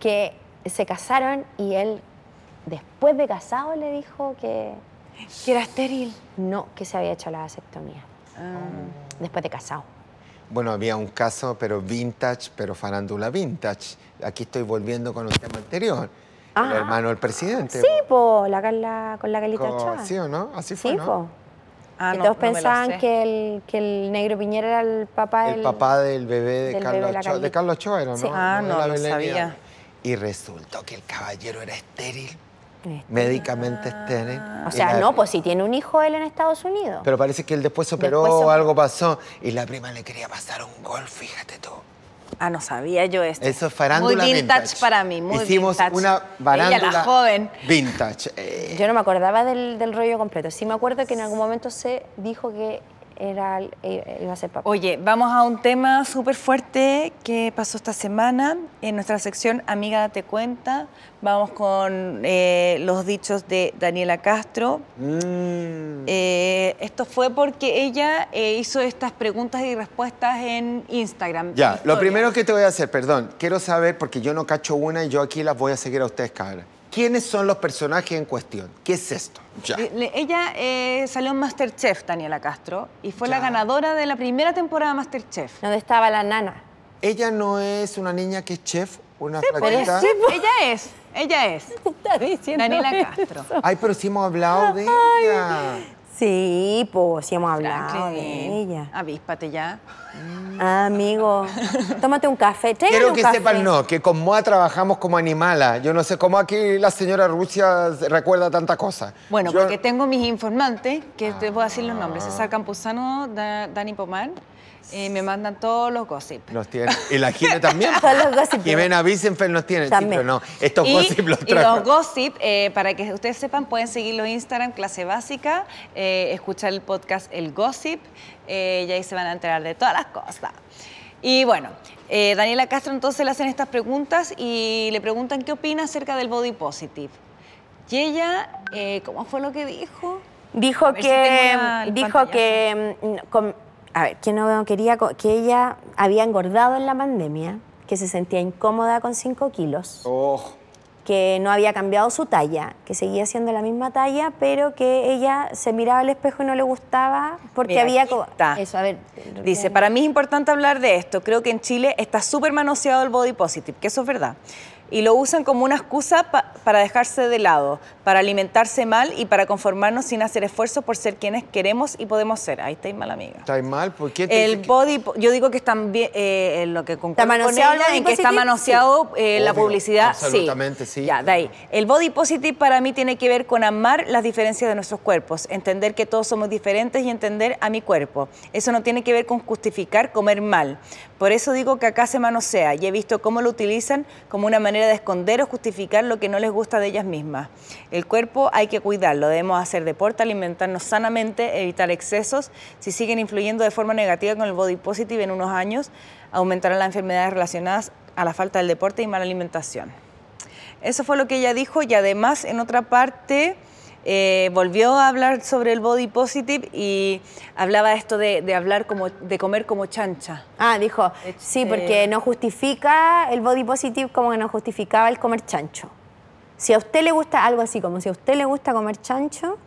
C: que se casaron y él, después de casado, le dijo que
A: Que era estéril.
C: no, que se había hecho la vasectomía.
A: Ah.
C: Después de casado.
B: Bueno, había un caso, pero vintage, pero farándula vintage. Aquí estoy volviendo con un tema anterior. El
C: Ah.
B: hermano del presidente.
C: Sí, po, la Carla, con la Carlita
B: Co-
C: Ochoa.
B: ¿Sí o no? Así fue,
C: Sí,
B: ¿no?
C: po.
A: Ah,
C: que
A: no,
C: todos
A: no me lo
C: pensaban
A: sé.
C: que, el, que el negro Piñera era el papá
B: El
C: del...
B: papá del bebé de
C: del
B: Carlos
C: bebé, la
B: Ochoa. De
C: Carlita.
B: Carlos Ochoa era, ¿no?
C: Sí.
A: Ah,
B: de
A: no,
B: la
A: no
B: Belén y-
A: sabía.
B: Y resultó que el caballero era estéril,
C: Este.
B: médicamente estéril.
C: O
B: Y
C: sea,
B: la-
C: no, pues si tiene un hijo él en Estados Unidos.
B: Pero parece que él después se operó,
C: Después se-
B: algo pasó, y la prima le quería pasar un gol, fíjate tú.
A: Ah, no sabía yo esto.
B: Eso es farándula
A: Muy vintage, para mí, muy
B: Hicimos
A: vintage.
B: una farándula
A: Ella, la joven.
B: vintage. Eh,
C: Yo no me acordaba del, del rollo completo. Sí me acuerdo que en algún momento se dijo que era el- eh, iba a ser papá.
A: Oye, vamos a un tema súper fuerte que pasó esta semana. En nuestra sección Amiga Date Cuenta, vamos con eh, los dichos de Daniela Castro.
B: mm.
A: Eh, esto fue porque ella eh, hizo estas preguntas y respuestas en Instagram.
B: Ya, lo
A: Historia.
B: primero que te voy a hacer, perdón, quiero saber, porque yo no cacho una y yo aquí las voy a seguir a ustedes, cabras. ¿Quiénes son los personajes en cuestión? ¿Qué es esto? Ya.
A: Le- le- Ella eh, salió en Masterchef, Daniela Castro, y fue la ganadora de la primera temporada de Masterchef.
C: ¿Dónde estaba la nana?
B: Ella no es una niña que es chef, una
A: Pero
B: flaquita.
A: sí, po. ella es, ella es,
C: Está diciendo
A: Daniela Castro.
B: Ay, pero sí hemos hablado de ella.
C: Sí, pues sí hemos hablado de
A: Franklin,
C: ella.
A: Avíspate ya.
C: amigo, tómate un café. Tráigale
B: Quiero
C: un
B: que
C: café.
B: sepan, no, que con Moa trabajamos como animala. Yo no sé cómo aquí la señora Rusia recuerda tanta cosa.
A: Bueno,
B: Yo-
A: porque tengo mis informantes, que te voy a decir los nombres. César Campuzano, Da- Dani Pomar, eh, me mandan todos los gossip.
B: Nos tiene. Y la Jimena también.
C: Son los gossip.
B: Jimena Wiesenfeld nos tiene. Sí,
C: También.
B: pero no, estos
A: y,
B: gossip los
A: y
B: trajo.
A: los gossip, eh, para que ustedes sepan, pueden seguir los Instagram Clase Básica, eh, escuchar el podcast El Gossip, eh, y ahí se van a enterar de todas las cosas. Y bueno, eh, Daniela Castro entonces le hacen estas preguntas y le preguntan qué opina acerca del body positive. Y ella, eh, ¿cómo fue lo que dijo? A
C: Dijo
A: ver si tengo
C: que. mm,
A: la- el
C: dijo
A: pantallazo.
C: que. mm, no, com- a ver, que no quería. co- Que ella había engordado en la pandemia, que se sentía incómoda con 5 kilos.
B: Oh,
C: que no había cambiado su talla, que seguía siendo la misma talla, pero que ella se miraba al espejo y no le gustaba porque
A: Mira,
C: había
A: aquí
C: co-
A: está.
C: eso, a ver. eh,
A: Dice, para mí es importante hablar de esto. Creo que en Chile está súper manoseado el body positive, que eso es verdad. Y lo usan como una excusa pa- para dejarse de lado, para alimentarse mal y para conformarnos sin hacer esfuerzos por ser quienes queremos y podemos ser. Ahí estáis mal, amiga.
B: está mal. ¿Por qué te
A: El
B: dice que-
A: body, po- yo digo que están bien, eh, en lo que concuerdo con
C: manoseado el
A: ella,
C: body
A: en que está
C: positive?
A: manoseado eh, la
B: Obvio,
A: publicidad,
B: absolutamente, sí.
A: Ya, de ahí. El body positive para mí tiene que ver con amar las diferencias de nuestros cuerpos, entender que todos somos diferentes y entender a mi cuerpo. Eso no tiene que ver con justificar comer mal, Por eso digo que acá se manosea y he visto cómo lo utilizan como una manera de esconder o justificar lo que no les gusta de ellas mismas. El cuerpo hay que cuidarlo, debemos hacer deporte, alimentarnos sanamente, evitar excesos. Si siguen influyendo de forma negativa con el body positive en unos años, aumentarán las enfermedades relacionadas a la falta del deporte y mala alimentación. Eso fue lo que ella dijo y además en otra parte eh, volvió a hablar sobre el body positive y hablaba esto de, de hablar como de comer como chancha.
D: Ah, dijo,
A: Este-
D: sí, porque no justifica el body positive como que no justificaba el comer chancho. Si a usted le gusta algo así, como si a usted le gusta comer chancho,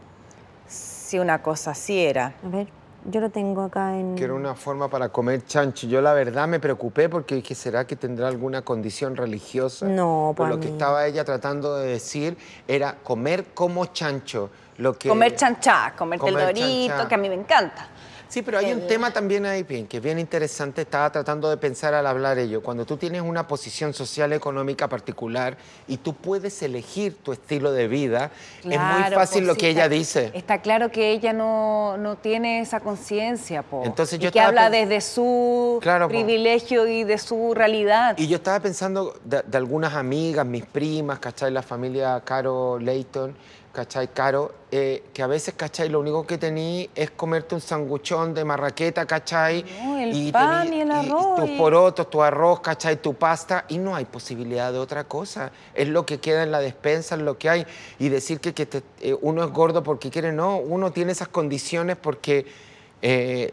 A: Sí, una cosa así era.
D: a ver, yo lo tengo acá en...
B: Que era una forma para comer chancho. Yo la verdad me preocupé porque dije, ¿será que tendrá alguna condición religiosa?
D: No,
B: Pero
D: pa'
B: lo que
D: mí.
B: estaba ella tratando de decir era comer como chancho. Lo que...
A: Comer chancha, comerte
B: Comer
A: el dorito,
B: chanchá.
A: que a mí me encanta.
B: Sí, pero hay un tema también ahí, bien, que es bien interesante. Estaba tratando de pensar al hablar ello. Cuando tú tienes una posición social económica particular y tú puedes elegir tu estilo de vida, es muy
A: Claro,
B: fácil
A: pues
B: lo
A: sí,
B: que ella
A: está-
B: dice.
A: Está claro que ella no, no tiene esa conciencia, po.
B: Entonces
A: Y
B: yo
A: que
B: estaba
A: habla
B: pen-
A: desde su
B: Claro, po.
A: privilegio y de su realidad.
B: Y yo estaba pensando de, de algunas amigas, mis primas, ¿cachai? La familia Caro Leighton, ¿cachai? Caro, eh, que a veces, ¿cachai? Lo único que tení es comerte un sanguchón de marraqueta, ¿cachai?
A: No, el pan y el arroz
B: tus
A: y-
B: porotos, tu arroz, ¿cachai? Tu pasta. Y no hay posibilidad de otra cosa. Es lo que queda en la despensa, es lo que hay. Y decir que, que te- eh, uno es gordo porque quiere, no. Uno tiene esas condiciones porque... eh,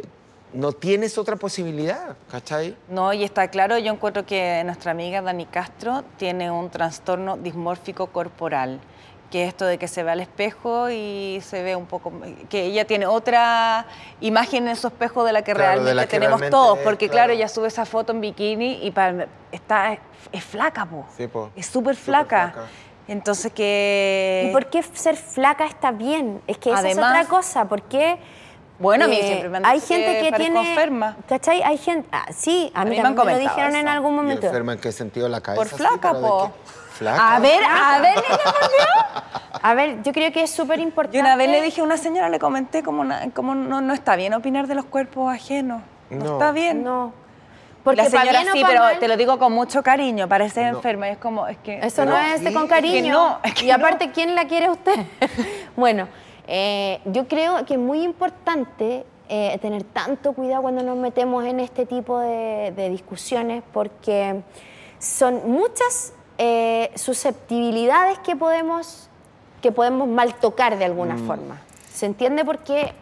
B: no tienes otra posibilidad, ¿cachai?
A: No, y está claro, yo encuentro que nuestra amiga Dani Castro tiene un trastorno dismórfico corporal, que es esto de que se ve al espejo y se ve un poco, que ella tiene otra imagen en su espejo de la que
B: Claro, de
A: realmente
B: la que
A: tenemos
B: realmente
A: todos,
B: es,
A: porque
B: claro.
A: claro. ella sube esa foto en bikini y para- está, es flaca, po.
B: Sí, po.
A: es
B: Súper
A: súper flaca.
B: flaca.
A: Entonces que...
D: ¿Y por qué ser flaca está bien? Es que esa
A: Eh, Además-
D: es otra cosa. ¿Por qué? Eh,
A: Bueno, a mí siempre me han
D: Hay
A: dicho que
D: gente que,
A: parezco
D: tiene.
A: enferma.
D: ¿Cachai? Hay gente. ah, sí, a
A: mí
D: mí,
A: me
D: también me
A: han
D: lo
A: comentado
D: dijeron en
A: eso.
D: algún
B: ¿Y
D: momento.
B: enferma en qué sentido la cabeza?
A: Por
B: sí,
A: flaca,
B: pero de
A: po.
B: qué? ¿Flaca?
A: A ver, a ver, niña, por Dios.
D: A ver, yo creo que es súper importante.
A: Yo una vez le dije a una señora, le comenté como, una- como no, no está bien opinar de los cuerpos ajenos. No,
B: No.
A: está bien.
D: No.
A: Porque la
D: pa'
A: señora
D: bien o
A: sí,
D: pa'
A: pero
D: mal,
A: te lo digo con mucho cariño, parece
B: No.
A: enferma y es como, es que...
D: Eso no
B: Pero
D: es de
C: este
B: sí,
D: con
B: es que
D: cariño.
A: no, es que
D: y
A: no.
D: aparte, ¿quién la quiere usted? bueno, eh,
C: Yo creo que es muy importante eh, tener tanto cuidado cuando nos metemos en este tipo de, de discusiones porque son muchas eh, susceptibilidades que podemos, que podemos mal tocar de alguna
B: Mm.
C: forma. ¿Se entiende por qué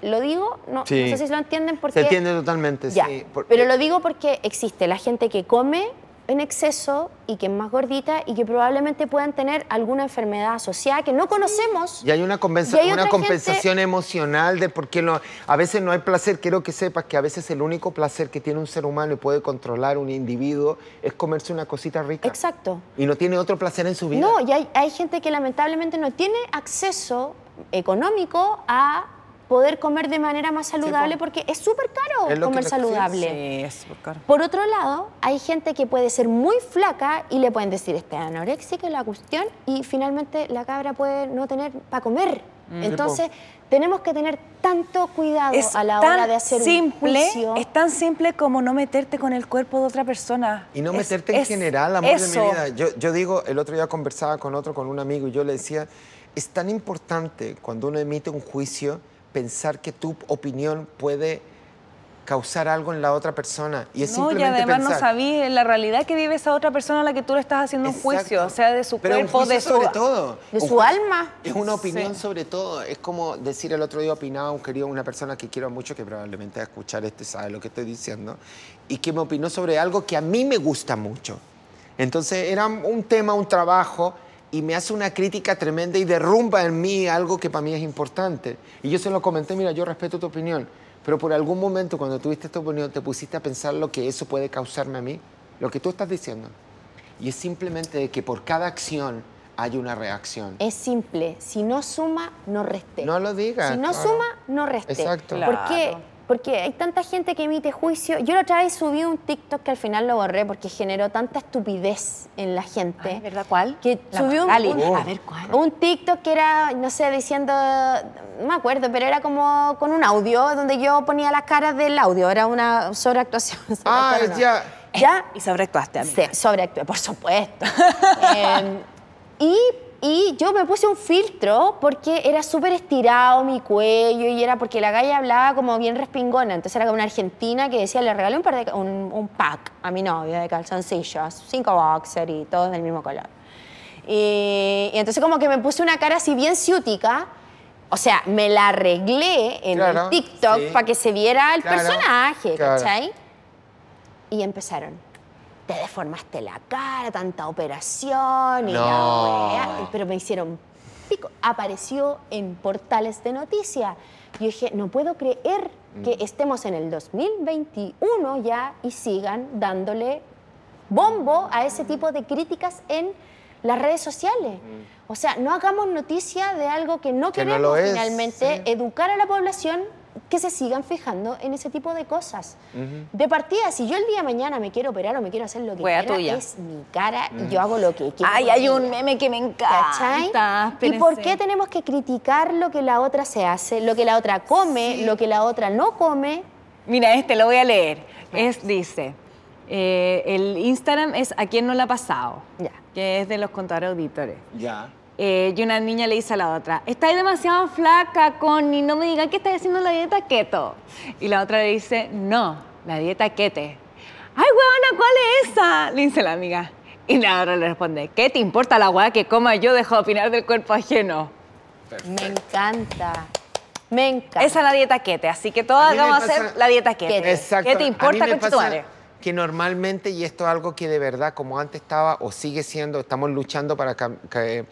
C: lo digo? No,
B: Sí.
C: no sé si lo entienden porque...
B: Se entiende totalmente,
C: Ya,
B: sí. por-
C: Pero lo digo porque existe la gente que come en exceso y que es más gordita y que probablemente puedan tener alguna enfermedad asociada que no conocemos.
B: Y hay una, compensa-
C: Y hay
B: una
C: otra
B: compensación emocional de por qué no. A veces no hay placer. Quiero que sepas que a veces el único placer que tiene un ser humano y puede controlar un individuo es comerse una cosita rica.
C: Exacto.
B: Y no tiene otro placer en su vida.
C: No, y hay, hay gente que lamentablemente no tiene acceso económico a poder comer de manera más saludable porque es súper caro
B: Es lo que
C: comer
B: lo- sí,
C: saludable.
A: Sí, es súper caro.
C: Por otro lado, hay gente que puede ser muy flaca y le pueden decir, este anorexia que la cuestión, y finalmente la cabra puede no tener para comer. Entonces, tenemos que tener tanto cuidado
A: Mm. Es
C: a la
A: tan
C: hora de hacer
A: simple,
C: un juicio.
A: es tan simple como no meterte con el cuerpo de otra persona.
B: Y no
A: Es-
B: meterte en
A: es
B: general, amor de mi
A: eso.
B: vida. Yo, yo digo, el otro día conversaba con otro, con un amigo, y yo le decía, es tan importante cuando uno emite un juicio pensar que tu opinión puede causar algo en la otra persona. Y es
A: No, y
B: simplemente
A: además
B: pensar.
A: no sabías la realidad que vive esa otra persona a la que tú le estás haciendo un
B: Exacto.
A: juicio, o sea, de su
B: Pero un
A: cuerpo,
B: juicio
A: de su...
B: sobre todo.
D: de
B: Un
D: su
B: juicio-
D: alma.
B: Es una opinión sobre todo. Es como decir el otro día opinaba un querido, una persona que quiero mucho, que probablemente va a escuchar esto y sabe lo que estoy diciendo, y que me opinó sobre algo que a mí me gusta mucho. Entonces era un tema, un trabajo, y me hace una crítica tremenda y derrumba en mí algo que para mí es importante. Y yo se lo comenté, mira, yo respeto tu opinión, pero por algún momento cuando tuviste esta opinión te pusiste a pensar lo que eso puede causarme a mí, lo que tú estás diciendo. Y es simplemente de que por cada acción hay una reacción.
C: Es simple, si no suma, no reste.
B: No lo digas,
C: Si no
B: claro.
C: suma, no reste.
B: Exacto.
C: Porque
A: Claro.
C: Porque hay tanta gente que emite juicio. Yo la otra vez subí un TikTok que al final lo borré porque generó tanta estupidez en la gente.
H: Ay, ¿verdad? ¿Cuál?
C: Que
H: La
C: subió un,
H: Magali.
C: un-
B: Oh. A ver, ¿cuál?
C: un TikTok que era, no sé, diciendo, no me acuerdo, pero era como con un audio donde yo ponía las caras del audio. Era una sobreactuación.
B: Ah,
C: sobreactuación, no.
B: ya.
C: Ya,
A: Y sobreactuaste, amiga.
C: Sí, sobreactué, por supuesto. Eh, y, y yo me puse un filtro porque era súper estirado mi cuello y era porque la galla hablaba como bien respingona. Entonces era como una argentina que decía, le regalé un, par de- un, un pack a mi novio de calzoncillos, cinco boxer y todos del mismo color. Y, y entonces como que me puse una cara así bien ciútica. O sea, me la arreglé en
B: Claro,
C: el TikTok
B: sí.
C: para que se viera el
B: Claro,
C: personaje,
B: claro.
C: ¿cachai? Y empezaron. Te deformaste la cara, tanta operación y
B: No.
C: la wea". Pero me hicieron pico. Apareció en portales de noticia. Yo dije, no puedo creer que
B: Mm.
C: estemos en el 2021 ya y sigan dándole bombo a ese tipo de críticas en las redes sociales. O sea, no hagamos noticia de algo que no
B: Mm. Que no
C: queremos
B: lo es,
C: finalmente
B: sí.
C: educar a la población que se sigan fijando en ese tipo de cosas. De partida, si yo el día de mañana me quiero operar o me quiero hacer lo que
H: Wea
C: quiera,
H: tuya.
C: es mi cara y yo hago lo que quiero.
A: Mm. Ay, hay un meme que me
C: ¿Cachai?
A: encanta.
C: ¿Y por
A: espérense.
C: qué tenemos que criticar lo que la otra se hace, lo que la otra come, lo que la otra no come?
A: Mira, este lo voy a leer. Es, dice, eh, el Instagram es a quien no la ha pasado,
C: Ya.
A: que es de los contadores auditores.
B: Ya.
A: Eh, y una niña le dice a la otra, estás demasiado flaca, Connie, no me digas que estás haciendo la dieta keto. Y la otra le dice, no, la dieta kete. Ay, huevona, ¿cuál es esa? Le dice la amiga. Y la otra le responde, ¿qué te importa la hueá que coma yo? Deja de opinar del cuerpo ajeno.
C: Me encanta. Me encanta.
A: Esa es la dieta kete, así que todas
B: A mí me
A: vamos a hacer
B: pasa-
A: la dieta kete.
B: Exacto.
A: ¿Qué te
B: A mí
A: importa,
B: me
A: concha
B: pasa
A: tu madre?
B: Que normalmente, y esto es algo que de verdad, como antes estaba o sigue siendo, estamos luchando para cam- ca- eh,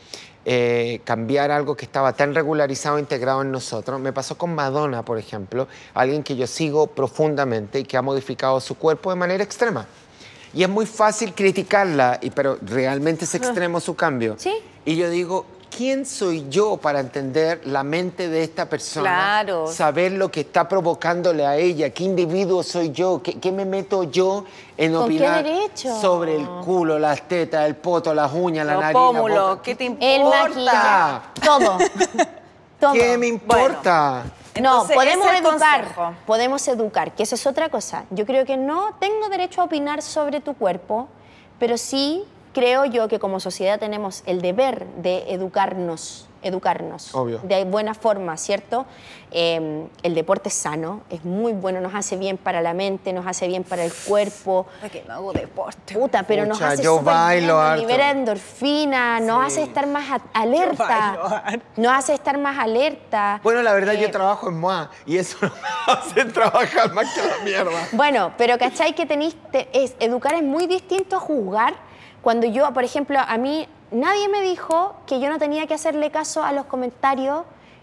B: eh, cambiar algo que estaba tan regularizado, integrado en nosotros. Me pasó con Madonna, por ejemplo, alguien que yo sigo profundamente y que ha modificado su cuerpo de manera extrema. Y es muy fácil criticarla, y- pero realmente
A: Ah.
B: es extremo su cambio.
C: Sí.
B: Y yo digo, ¿quién soy yo para entender la mente de esta persona?
A: Claro.
B: saber lo que está provocándole a ella, qué individuo soy yo, qué, qué me meto yo en
C: ¿Con qué
B: opinar
C: derecho?
B: sobre el culo, las tetas, el poto, las uñas, la
A: Los
B: nariz. la
A: pómulos,
B: boca.
A: ¿qué te importa?
C: El maquillaje. Todo. Todo.
B: ¿Qué me importa?
C: No,
A: Entonces,
C: podemos
A: ese es el
C: educar.
A: consejo.
C: Podemos educar, que eso es otra cosa. Yo creo que no tengo derecho a opinar sobre tu cuerpo, pero sí creo yo que como sociedad tenemos el deber de educarnos, educarnos.
B: Obvio.
C: De buena forma, ¿cierto? Eh, el deporte es sano, es muy bueno, nos hace bien para la mente, nos hace bien para el cuerpo.
A: Porque no hago deporte.
C: Puta, pero nos
B: Pucha,
C: hace
B: yo
C: súper
B: bailo
C: bien, nos
B: harto.
C: libera endorfina, nos hace estar más a- alerta, nos hace estar más alerta.
B: Bueno, la verdad, yo
C: Eh,
B: trabajo en MOA y eso no me hace trabajar más que la mierda.
C: Bueno, pero ¿cachai que tenéis? te- es, educar es muy distinto a juzgar. Cuando yo, por ejemplo, a mí nadie me dijo que yo no tenía que hacerle caso a los comentarios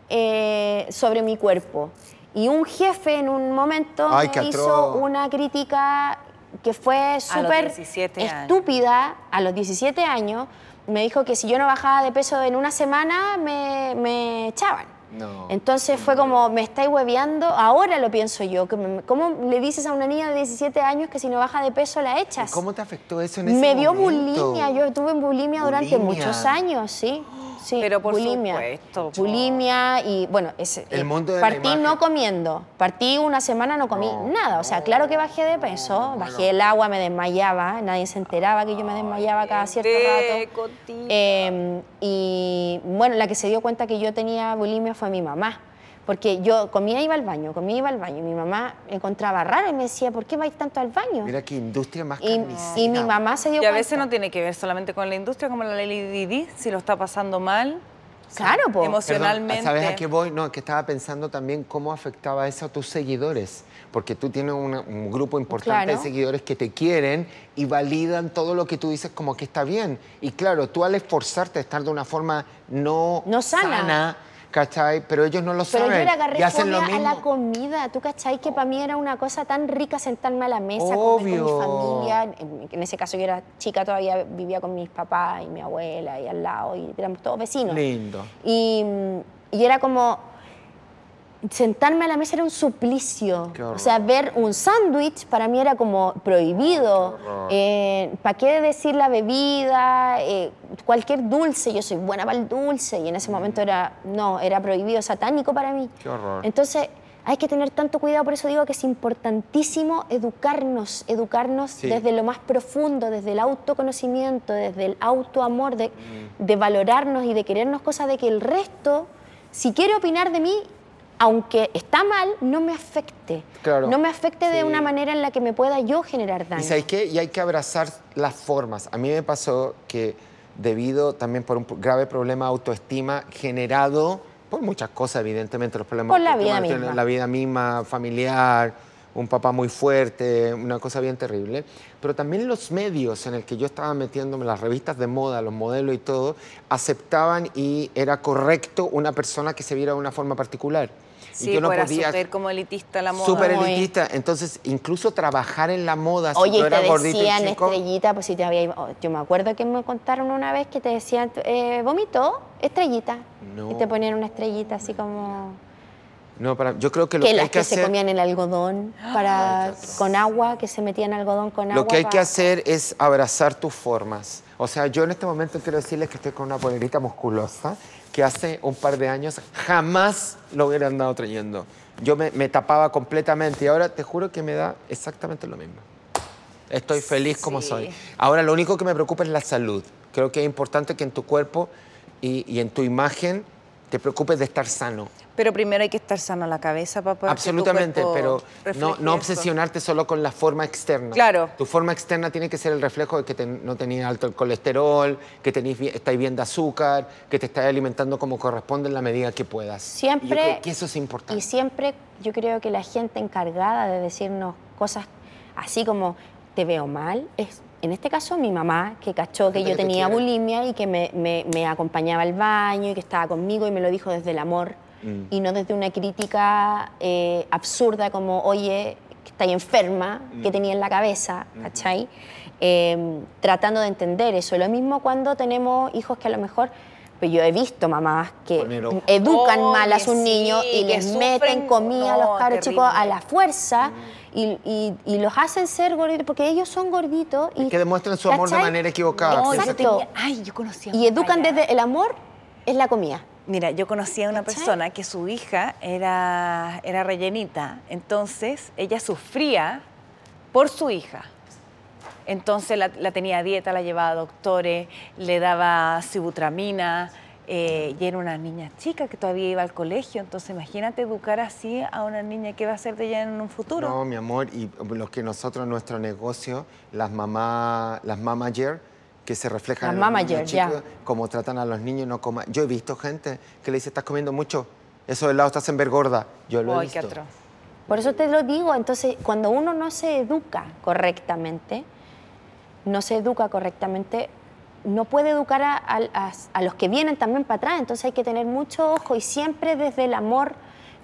C: eh, sobre mi cuerpo. Y un jefe en un momento
B: Ay, qué
C: me hizo
B: atroz.
C: una crítica que fue súper
A: 17 años.
C: estúpida a los 17 años. Me dijo que si yo no bajaba de peso en una semana me, me echaban.
B: No.
C: Entonces fue como, me estáis hueveando, ahora lo pienso yo. que me- ¿Cómo le dices a una niña de 17 años que si no baja de peso la echas?
B: ¿Cómo te afectó eso en ese
C: me dio
B: momento?
C: bulimia, yo tuve bulimia durante
B: Bulimia.
C: muchos años, sí. sí
A: Pero por
C: bulimia.
A: supuesto, po.
C: Bulimia y bueno, es- eh,
B: mundo de la
C: partí
B: imagen.
C: no comiendo, partí una semana no comí
B: No,
C: nada, o sea, claro que bajé de peso, bajé el agua, me desmayaba, nadie se enteraba que yo me desmayaba cada cierto
A: Te
C: rato.
A: contigo.
C: Eh, y bueno, la que se dio cuenta que yo tenía bulimia fue mi mamá. Porque yo comía iba al baño, comía iba al baño. Y mi mamá me encontraba raro y me decía, ¿por qué vais tanto al baño?
B: Mira qué industria más
C: y,
B: carnicera.
C: y mi mamá se dio
A: Y a
C: cuenta.
A: veces no tiene que ver solamente con la industria, como la Lady Didi, si lo está pasando mal.
C: Claro, po.
B: Perdón,
A: Emocionalmente.
B: ¿Sabes a qué voy? No, que estaba pensando también cómo afectaba eso a tus seguidores, porque tú tienes una- un grupo importante
C: Claro.
B: de seguidores que te quieren y validan todo lo que tú dices como que está bien. Y claro, tú al esforzarte a estar de una forma no,
C: No sana.
B: ¿cachai? Pero ellos no lo
C: Pero yo
B: saben
C: le agarré
B: y hacen lo
C: fobia a
B: mismo.
C: la comida. ¿Tú cachai? Que para mí era una cosa tan rica sentarme a la mesa comer con
B: Obvio.
C: mi familia. En, en ese caso yo era chica, todavía vivía con mis papás y mi abuela y al lado y éramos todos vecinos.
B: Lindo.
C: Y, mm, y era como, sentarme a la mesa era un suplicio.
B: Qué horror.
C: O sea, ver un sándwich para mí era como
B: Ah,
C: prohibido. ¿Para qué decir la bebida? Eh, cualquier dulce, yo soy buena para el dulce y en ese momento era, no, era prohibido, satánico para mí.
B: Qué horror.
C: Entonces, hay que tener tanto cuidado, por eso digo que es importantísimo educarnos, educarnos
B: Sí.
C: desde lo más profundo, desde el autoconocimiento, desde el autoamor, de,
B: Mm.
C: de valorarnos y de querernos cosas de que el resto, si quiere opinar de mí, aunque está mal, no me afecte.
B: Claro.
C: No me afecte de
B: Sí.
C: una manera en la que me pueda yo generar daño.
B: ¿Y sabes qué? Y hay que abrazar las formas. A mí me pasó que debido también por un pro- grave problema de autoestima generado por muchas cosas, evidentemente, los problemas
C: Por la
B: autoestima
C: vida
B: que tiene-
C: misma.
B: la vida misma, familiar, un papá muy fuerte, una cosa bien terrible. Pero también los medios en el que yo estaba metiéndome, las revistas de moda, los modelos y todo, aceptaban y era correcto una persona que se viera de una forma particular.
A: Sí,
B: y yo no
A: pues era
B: podía
A: súper como elitista la moda.
B: Súper
C: Muy.
B: elitista. Entonces, incluso trabajar en la moda, si
C: Oye,
B: yo
C: y
B: era
C: te
B: gordito y
C: decían
B: chico,
C: estrellita, pues si te había... oh, yo me acuerdo que me contaron una vez que te decían, eh, vomitó, estrellita.
B: No.
C: Y te ponían una estrellita así como...
B: no, para, yo creo que lo
C: Que
B: que hay
C: las
B: que
C: que se
B: hacer,
C: comían el algodón para, con agua, que se metían algodón con agua.
B: lo que hay que
C: pa-
B: hacer es abrazar tus formas. O sea, yo en este momento quiero decirles que estoy con una polerita musculosa que hace un par de años jamás lo hubiera andado trayendo. Yo me, me tapaba completamente y ahora te juro que me da exactamente lo mismo. Estoy feliz como
A: Sí.
B: soy. Ahora lo único que me preocupa es la salud. Creo que es importante que en tu cuerpo y, y en tu imagen te preocupes de estar sano.
A: Pero primero hay que estar sano la cabeza para poder. que tu
B: Absolutamente,
A: cuerpo
B: pero no,
A: refleje
B: no
A: eso.
B: obsesionarte solo con la forma externa.
A: Claro.
B: Tu forma externa tiene que ser el reflejo de que te- no tenías alto el colesterol, que tenís, bien- estáis bien de azúcar, que te estás alimentando como corresponde en la medida que puedas.
C: Siempre-
B: Y yo creo que eso es importante.
C: Y siempre yo creo que la gente encargada de decirnos cosas así como te veo mal es, en este caso, mi mamá, que cachó que
B: Gente
C: yo
B: que te
C: tenía
B: quiere.
C: bulimia y que me, me- me acompañaba al baño y que estaba conmigo y me lo dijo desde el amor
B: Mm.
C: y no desde una crítica eh, absurda como, oye, que estáis enferma,
B: Mm.
C: que tenía en la cabeza, ¿cachai? Eh, tratando de entender eso. Lo mismo cuando tenemos hijos que a lo mejor, pues yo he visto mamás que
B: Poner ojo.
C: educan
A: Oye,
C: mal a sus
A: sí,
C: niños y
A: Oh, que
C: les
A: sufren.
C: meten comida a
A: No,
C: los caros chicos a
A: terrible.
C: la fuerza y, y- y los hacen ser gorditos porque ellos son gorditos y,
B: que demuestren su amor de
C: ¿cachai?
B: manera equivocada.
A: No, yo
B: Fíjate.
C: exacto.
A: tenía- Ay, yo conocía.
C: y educan desde el amor es la comida
A: Mira, yo conocí a una
C: ¿Cachai?
A: persona que su hija era, era rellenita, entonces ella sufría por su hija. Entonces la, la tenía a dieta, la llevaba a doctores, le daba sibutramina, eh, y era una niña chica que todavía iba al colegio, entonces imagínate educar así a una niña, ¿qué va a hacer de ella en un futuro?
B: No, mi amor, y lo que nosotros, nuestro negocio, las mamá, las mamager, que se reflejan
C: Las
B: en los niños
C: mamager,
B: chicos,
C: ya.
B: como tratan a los niños, no coma. Yo he visto gente que le dice, estás comiendo mucho, esos helados te hacen ver gorda. Yo lo he
A: Ay, qué
B: visto.
A: atroz.
C: Por eso te lo digo, entonces cuando uno no se educa correctamente, no se educa correctamente, no puede educar a, a- a- a los que vienen también para atrás, entonces hay que tener mucho ojo y siempre desde el amor.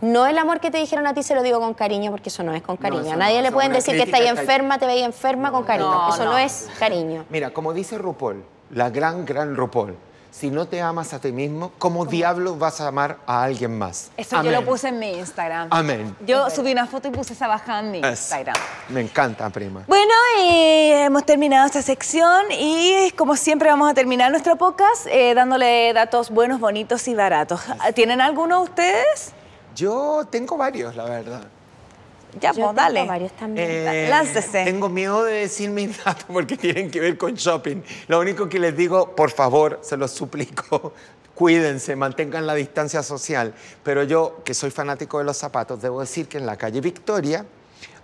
C: No el amor que te dijeron a ti, se lo digo con cariño, porque eso no es con cariño.
B: eso
C: a
B: no,
C: nadie
B: eso
C: le
B: es
C: pueden
B: una
C: decir que
B: crítica
C: estáis
B: que hay-
C: enferma, te veis enferma con cariño.
A: no,
C: eso no.
A: no.
C: es cariño.
B: Mira, como dice RuPaul, la gran, gran RuPaul, si no te amas a ti mismo, ¿cómo diablos vas a amar a alguien más?
A: Eso yo lo
B: Amén.
A: puse en mi Instagram.
B: Amén.
A: Yo subí una foto y puse esa bajada en mi
B: Es-
A: Instagram.
B: Me encanta, prima.
A: Bueno, y hemos terminado esta sección y como siempre vamos a terminar nuestro podcast eh, dándole datos buenos, bonitos y baratos. ¿Tienen alguno ustedes?
B: Yo tengo varios, la verdad.
A: Ya,
C: Yo
A: pues
C: tengo
A: dale.
C: varios también.
B: Eh,
A: Láncese.
B: Tengo miedo de decir mis datos porque tienen que ver con shopping. Lo único que les digo, por favor, se los suplico, cuídense, mantengan la distancia social. Pero yo, que soy fanático de los zapatos, debo decir que en la calle Victoria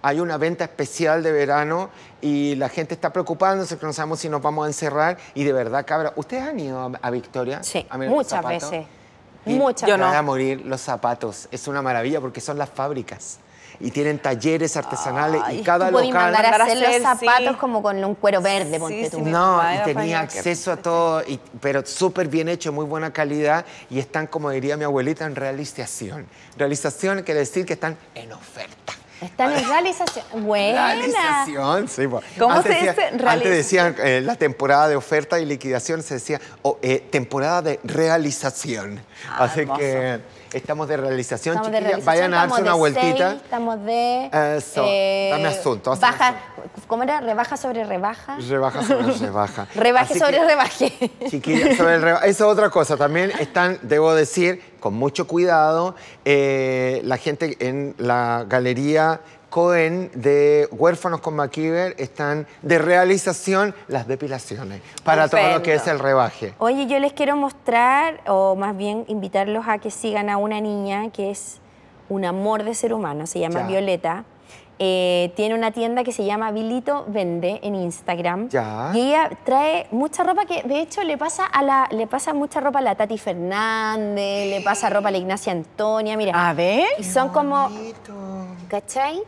B: hay una venta especial de verano y la gente está preocupándose, que no sabemos si nos vamos a encerrar. Y de verdad, cabra, ¿ustedes han ido a, a Victoria?
C: Sí,
B: a mirar los
C: muchas
B: zapatos?
C: veces.
B: Y
C: Muchas
B: van
C: veces.
B: a morir los zapatos. Es una maravilla porque son las fábricas. Y tienen talleres artesanales y cada
C: Podéis
B: local...
C: mandar a
A: mandar a
C: hacer los
A: hacer,
C: zapatos
A: sí.
C: como con un cuero verde, ponte
A: Sí,
C: tú.
A: sí, mi
B: No,
A: papá
B: y
A: era
B: tenía
A: fanático.
B: acceso a todo, y- pero súper bien hecho, muy buena calidad, y están, como diría mi abuelita, en realización. Realización quiere decir que están en oferta.
C: Están en realización. Buena.
B: Realización, sí. po.
A: ¿Cómo se
B: decía-
A: dice?
B: Antes
A: Realización.
B: decían eh, la temporada de oferta y liquidación, se decía o, eh, temporada de realización. Así
A: hermoso.
B: que Estamos de realización,
C: Ah, Estamos de
B: chiquillas.
C: realización,
B: Vayan a darse una
C: estamos de
B: vueltita.
C: sale, estamos de.
B: Eso,
D: eh,
B: dame asunto, hazme
C: Baja, ¿Cómo era? Rebaja sobre rebaja.
B: Rebaja sobre rebaja.
C: Rebaje
B: Así
C: sobre
B: que,
C: rebaje.
B: Chiquillas, sobre el reba- Eso es otra cosa. También están, debo decir, con mucho cuidado, eh, la gente en la galería Cohen de Huérfanos con MacIver están de realización las depilaciones para todo lo que es
A: Estupendo.
B: el rebaje.
D: Oye, yo les quiero mostrar, o más bien invitarlos a que sigan a una niña que es un amor de ser humano, se llama
B: Ya.
D: Violeta. Eh, tiene una tienda que se llama Vilito Vende en Instagram.
B: Ya.
D: Y ella trae mucha ropa que, de hecho, le pasa, a la, le pasa mucha ropa a la Tati Fernández, le pasa ropa a la Ignacia Antonia, mira.
A: A ver.
D: Y son como, ¿cachai?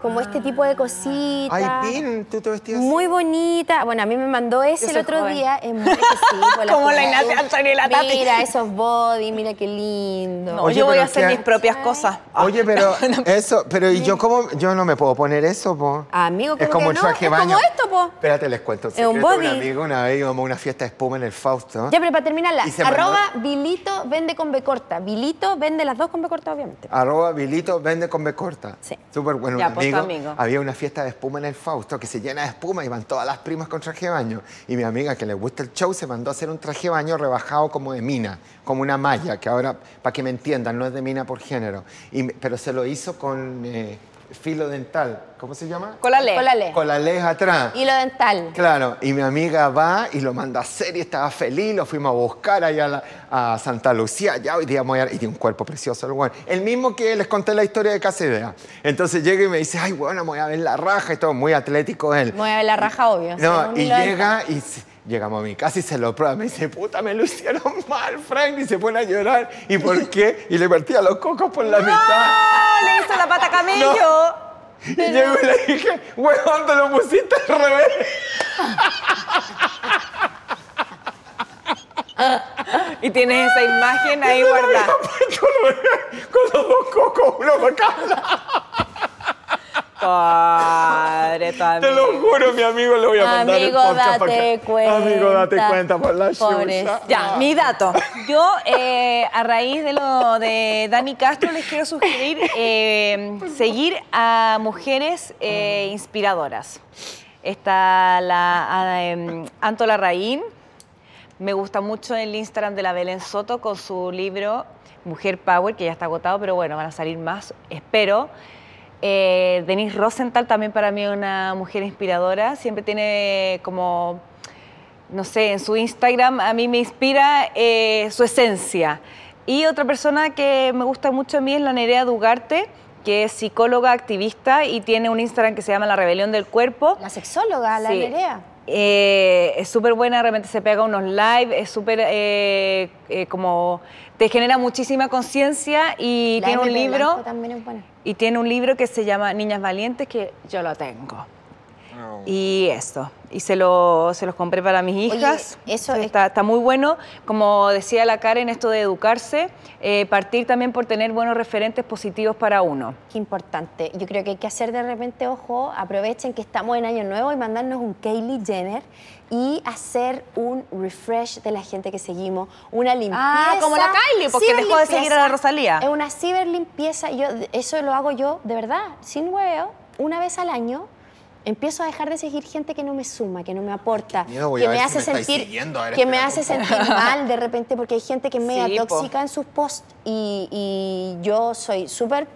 D: Como este tipo de cositas.
B: Ah. Ay, Pin, tú te vestías así?
D: Muy bonita. Bueno, a mí me mandó ese el
A: soy
D: otro
A: joven.
D: día. Es muy excesivo,
A: Como la
D: juventud.
A: Ignacia Antonia y la Tati.
D: Mira esos body, mira qué lindo.
A: No,
B: Oye,
A: yo voy
B: pero
A: a hacer
B: ¿qué?
A: mis propias cosas.
B: Oye, pero eso, pero ¿y yo cómo? Yo no me puedo poner eso, po.
D: Amigo,
B: es
D: ¿cómo
B: como
D: que
B: el
D: no?
B: traje de
D: Es como
B: baño.
D: esto, po.
B: Espérate, les cuento.
D: Es un
B: secreto de Un
D: body.
B: amigo, una vez íbamos a una fiesta de espuma en el Fausto.
D: Ya, pero para terminarla,
B: Y se
D: arroba Vilito vende con B corta. Vilito vende las dos con B corta, obviamente.
B: Arroba Vilito vende con B corta.
D: Sí.
B: Súper bueno.
A: Ya,
B: un
A: pues,
B: amigo,
A: amigo.
B: Había una fiesta de espuma en el Fausto que se llena de espuma y van todas las primas con traje de baño. Y mi amiga que le gusta el show se mandó a hacer un traje de baño rebajado como de mina, como una malla, que ahora, para que me entiendan, no es de mina por género. Y, pero se lo hizo con eh, filo dental. ¿Cómo se llama?
A: Con la ley.
D: Con la ley.
B: Con la leja atrás.
D: Y lo dental.
B: Claro, y mi amiga va y lo manda a hacer y estaba feliz, lo fuimos a buscar allá a, la- a Santa Lucía, ya hoy día voy a- y tiene un cuerpo precioso el weón. El mismo que les conté la historia de Casa Idea. Entonces llega y me dice, ay, bueno, me voy a ver la raja y todo, muy atlético él.
D: Me voy a ver la raja, obvio.
B: No,
D: Según
B: y
D: lo dental.
B: llega y se- llegamos a mi casa y se lo prueba. Me dice, puta, me lo hicieron mal, Frank, y se pone a llorar. ¿Y por qué? Y le partía los cocos por la mitad.
A: ¡No! ¡Oh, Le hizo la pata camello.
B: Y llego y le dije, weón, te lo pusiste al revés.
A: Y tienes esa imagen ahí guardada.
B: Con los dos cocos, uno para cada lado.
A: Padre, tu
B: Te
A: amigo.
B: lo juro, mi amigo, le voy a mandar
D: Amigo,
B: el podcast. para
D: date
B: que-
D: cuenta.
B: Amigo, date cuenta por la chucha.
D: Pobrecito.
A: Ya, mi dato. Yo, eh, a raíz de lo de Dani Castro, les quiero sugerir eh, seguir a mujeres eh, inspiradoras. Está la ah, em, Anto Larraín. Me gusta mucho el Instagram de la Belén Soto con su libro Mujer Power, que ya está agotado, pero bueno, van a salir más, espero. Eh, Denise Rosenthal también para mí es una mujer inspiradora. Siempre tiene como no sé, en su Instagram a mí me inspira eh, su esencia. Y otra persona que me gusta mucho a mí es la Nerea Dugarte, que es psicóloga, activista y tiene un Instagram que se llama La Rebelión del Cuerpo.
C: La sexóloga, la
A: Sí.
C: Nerea.
A: Eh, es súper buena, realmente se pega unos live, es súper eh, eh, como te genera muchísima conciencia y
C: La
A: tiene un
C: MP
A: libro
C: Blanco También es buena.
A: y tiene un libro que se llama Niñas Valientes que yo lo tengo. Y eso, y se, lo, se los compré para mis
C: Oye,
A: hijas.
C: eso
A: Sí,
C: es-
A: está, está muy bueno. Como decía la Karen, esto de educarse, eh, partir también por tener buenos referentes positivos para uno.
C: Qué importante. Yo creo que hay que hacer de repente, ojo, aprovechen que estamos en Año Nuevo y mandarnos un Kylie Jenner y hacer un refresh de la gente que seguimos, una limpieza.
A: Ah, como la Kylie, porque dejó de seguir a la Rosalía.
C: Es una ciberlimpieza. Yo, eso lo hago yo, de verdad, sin huevo, una vez al año. Empiezo a dejar de seguir gente que no me suma, que no me aporta,
B: Qué miedo, voy
C: que
B: a
C: me
B: ver
C: hace
B: si me estáis
C: sentir,
B: siguiendo, a ver, este
C: que me
B: espera,
C: hace
B: por favor.
C: sentir mal de repente, porque hay gente que es media
A: Sí, po.
C: tóxica en sus posts y, y yo soy súper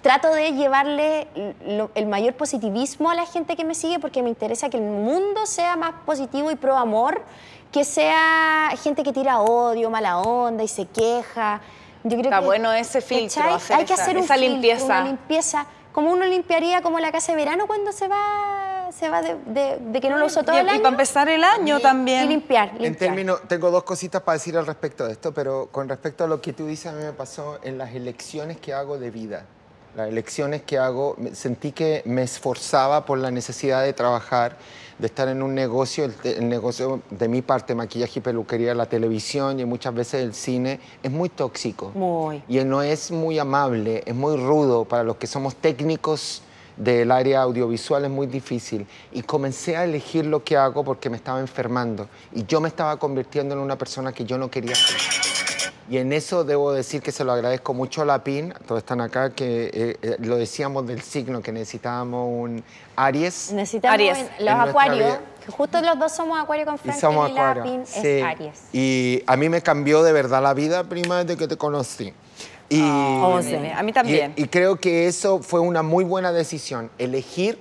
C: Trato de llevarle lo- el mayor positivismo a la gente que me sigue porque me interesa que el mundo sea más positivo y pro amor, que sea gente que tira odio, mala onda y se queja. Yo creo
A: Está
C: que-
A: bueno ese filtro,
C: ¿cachai?
A: hacer
C: Hay que
A: esa-
C: hacer un
A: esa
C: filtro,
A: limpieza.
C: una limpieza, como uno limpiaría como la casa de verano cuando se va, se va de, de- de que no lo usó todo
A: y,
C: el año.
A: para empezar el año
C: Y
A: también.
C: limpiar,
B: En
C: limpiar.
B: términos, tengo dos cositas para decir al respecto de esto, pero con respecto a lo que tú dices, a mí me pasó en las elecciones que hago de vida. Las elecciones que hago, me- sentí que me esforzaba por la necesidad de trabajar, de estar en un negocio, el, te- el negocio de mi parte, maquillaje y peluquería, la televisión y muchas veces el cine, es muy tóxico.
C: Muy.
B: Y no es muy amable, es muy rudo para los que somos técnicos del área audiovisual es muy difícil y comencé a elegir lo que hago porque me estaba enfermando y yo me estaba convirtiendo en una persona que yo no quería ser. Y en eso debo decir que se lo agradezco mucho a la PIN, todos están acá, que eh, eh, lo decíamos del signo, que necesitábamos un Aries.
C: Necesitamos
H: Aries.
C: en-
B: En
C: los
B: nuestra
C: acuarios.
B: vida.
C: que Justo los dos somos acuario con
B: Y
C: Franklin
B: somos
C: y la
B: acuario.
C: Pin
B: Sí.
C: es Aries.
B: Y a mí me cambió de verdad la vida, prima, desde que te conocí. Y,
H: Oh, sí. A mí también.
B: Y, y creo que eso fue una muy buena decisión, elegir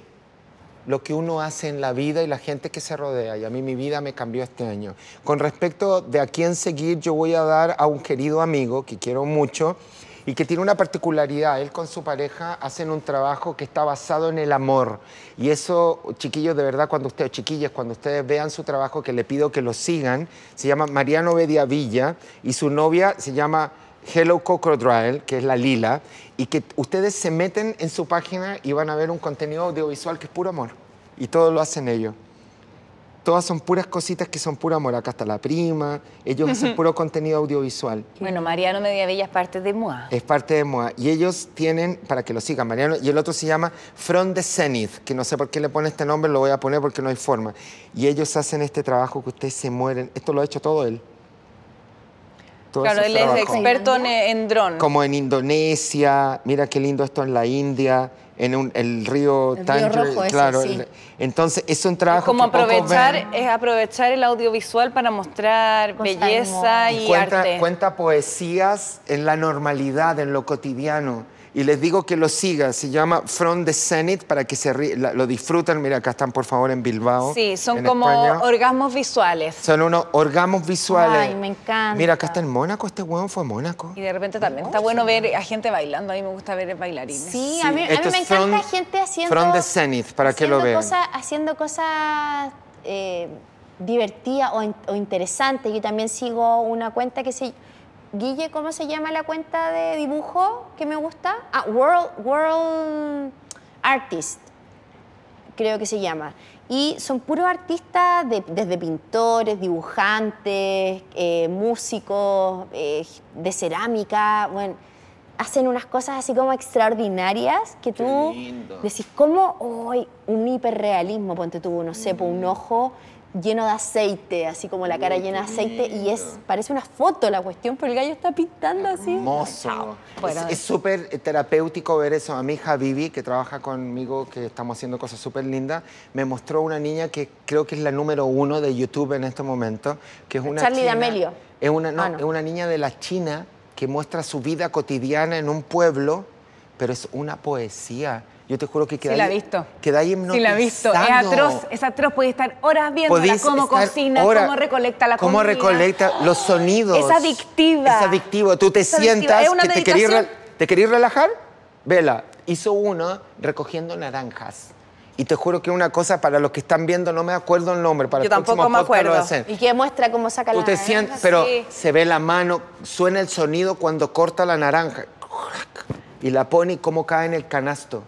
B: lo que uno hace en la vida y la gente que se rodea. Y a mí mi vida me cambió este año. Con respecto de a quién seguir, yo voy a dar a un querido amigo que quiero mucho y que tiene una particularidad. Él con su pareja hacen un trabajo que está basado en el amor. Y eso, chiquillos, de verdad, cuando ustedes, chiquillas, cuando ustedes vean su trabajo, que le pido que lo sigan, se llama Mariano Bedia Villa y su novia se llama Hello Cocodrile, que es la lila, y que ustedes se meten en su página y van a ver un contenido audiovisual que es puro amor. Y todo lo hacen ellos. Todas son puras cositas que son puro amor. Acá está la prima, ellos hacen puro contenido audiovisual.
A: Bueno, Mariano Mediavilla es parte de MOA.
B: Es parte de MOA. Y ellos tienen, para que lo sigan, Mariano, y el otro se llama From the Zenith, que no sé por qué le pone este nombre, lo voy a poner porque no hay forma. Y ellos hacen este trabajo que ustedes se mueren. Esto lo ha hecho todo él. Todo
A: Claro,
B: ese
A: él es
B: trabajo.
A: experto en, e, en dron.
B: Como en Indonesia, mira qué lindo esto en la India, en un- el río
C: El río
B: Tanger,
C: rojo ese,
B: claro.
C: sí.
B: el- entonces, es un
A: Es
B: trabajo
A: como
B: que pocos
A: aprovechar,
B: ven.
A: es aprovechar el audiovisual para mostrar
C: Cosas
A: belleza
B: Y
A: y
B: cuenta,
A: arte.
B: cuenta poesías en la normalidad, en lo cotidiano. Y les digo que lo sigan. Se llama From the Senate para que se ri- la- lo disfruten. Mira, acá están, por favor, en Bilbao.
A: Sí, son
B: en
A: como
B: España.
A: orgasmos visuales.
B: Son unos orgasmos visuales.
C: Ay, me encanta.
B: Mira, acá está en Mónaco. Este huevón fue a Mónaco.
A: Y de repente también está bueno ver a gente bailando. A mí me gusta ver bailarines.
C: Sí, a mí, a mí
B: esto
C: me
B: es
C: encanta
B: From-
C: gente haciendo.
B: From the Zenith, para que lo
C: haciendo
B: vean.
C: cosas- haciendo cosas eh, divertidas o, in- o interesantes. Yo también sigo una cuenta que se. Guille, ¿cómo se llama la cuenta de dibujo que me gusta? Ah, World, World Artist, creo que se llama. Y son puros artistas, de- desde pintores, dibujantes, eh, músicos, eh, de cerámica, bueno, hacen unas cosas así como extraordinarias que tú decís, ¿cómo hoy un hiperrealismo? Ponte tú, no sé, po, un ojo lleno de aceite, así como la cara llena de aceite, y es parece una foto la cuestión, pero el gallo está pintando así.
B: Hermoso. Es- Es súper eh, terapéutico ver eso. A mi hija Vivi, que trabaja conmigo, que estamos haciendo cosas súper lindas, me mostró una niña que creo que es la número uno de YouTube en este momento, que es una
C: Charli
B: china-
C: D'Amelio.
B: Es una, no,
C: Ah, no.
B: es una niña de la China que muestra su vida cotidiana en un pueblo, pero es una poesía. Yo te juro que queda
A: la he visto.
B: Queda
A: Sí, la he visto. Es atroz, es atroz. Podéis estar horas viéndola
B: Podéis
A: cómo
B: estar
A: cocina,
B: horas-
A: cómo recolecta la
B: cómo
A: comida.
B: recolecta los sonidos.
A: Es adictiva.
B: Es adictivo. Tú te
A: Es adictiva.
B: sientas
A: Es una
B: que te querís, re-
A: meditación.
B: te querís relajar. Vela, hizo uno recogiendo naranjas. Y te juro que una cosa para los que están viendo, no me acuerdo el nombre. Para
A: Yo
B: el próximo
A: tampoco me
B: podcast lo voy a
A: acuerdo.
B: hacer.
C: Y que muestra cómo saca la
B: Tú te
C: naranja.
B: sientas, pero
A: sí.
B: se ve la mano, suena el sonido cuando corta la naranja. Y la pone y cómo cae en el canasto.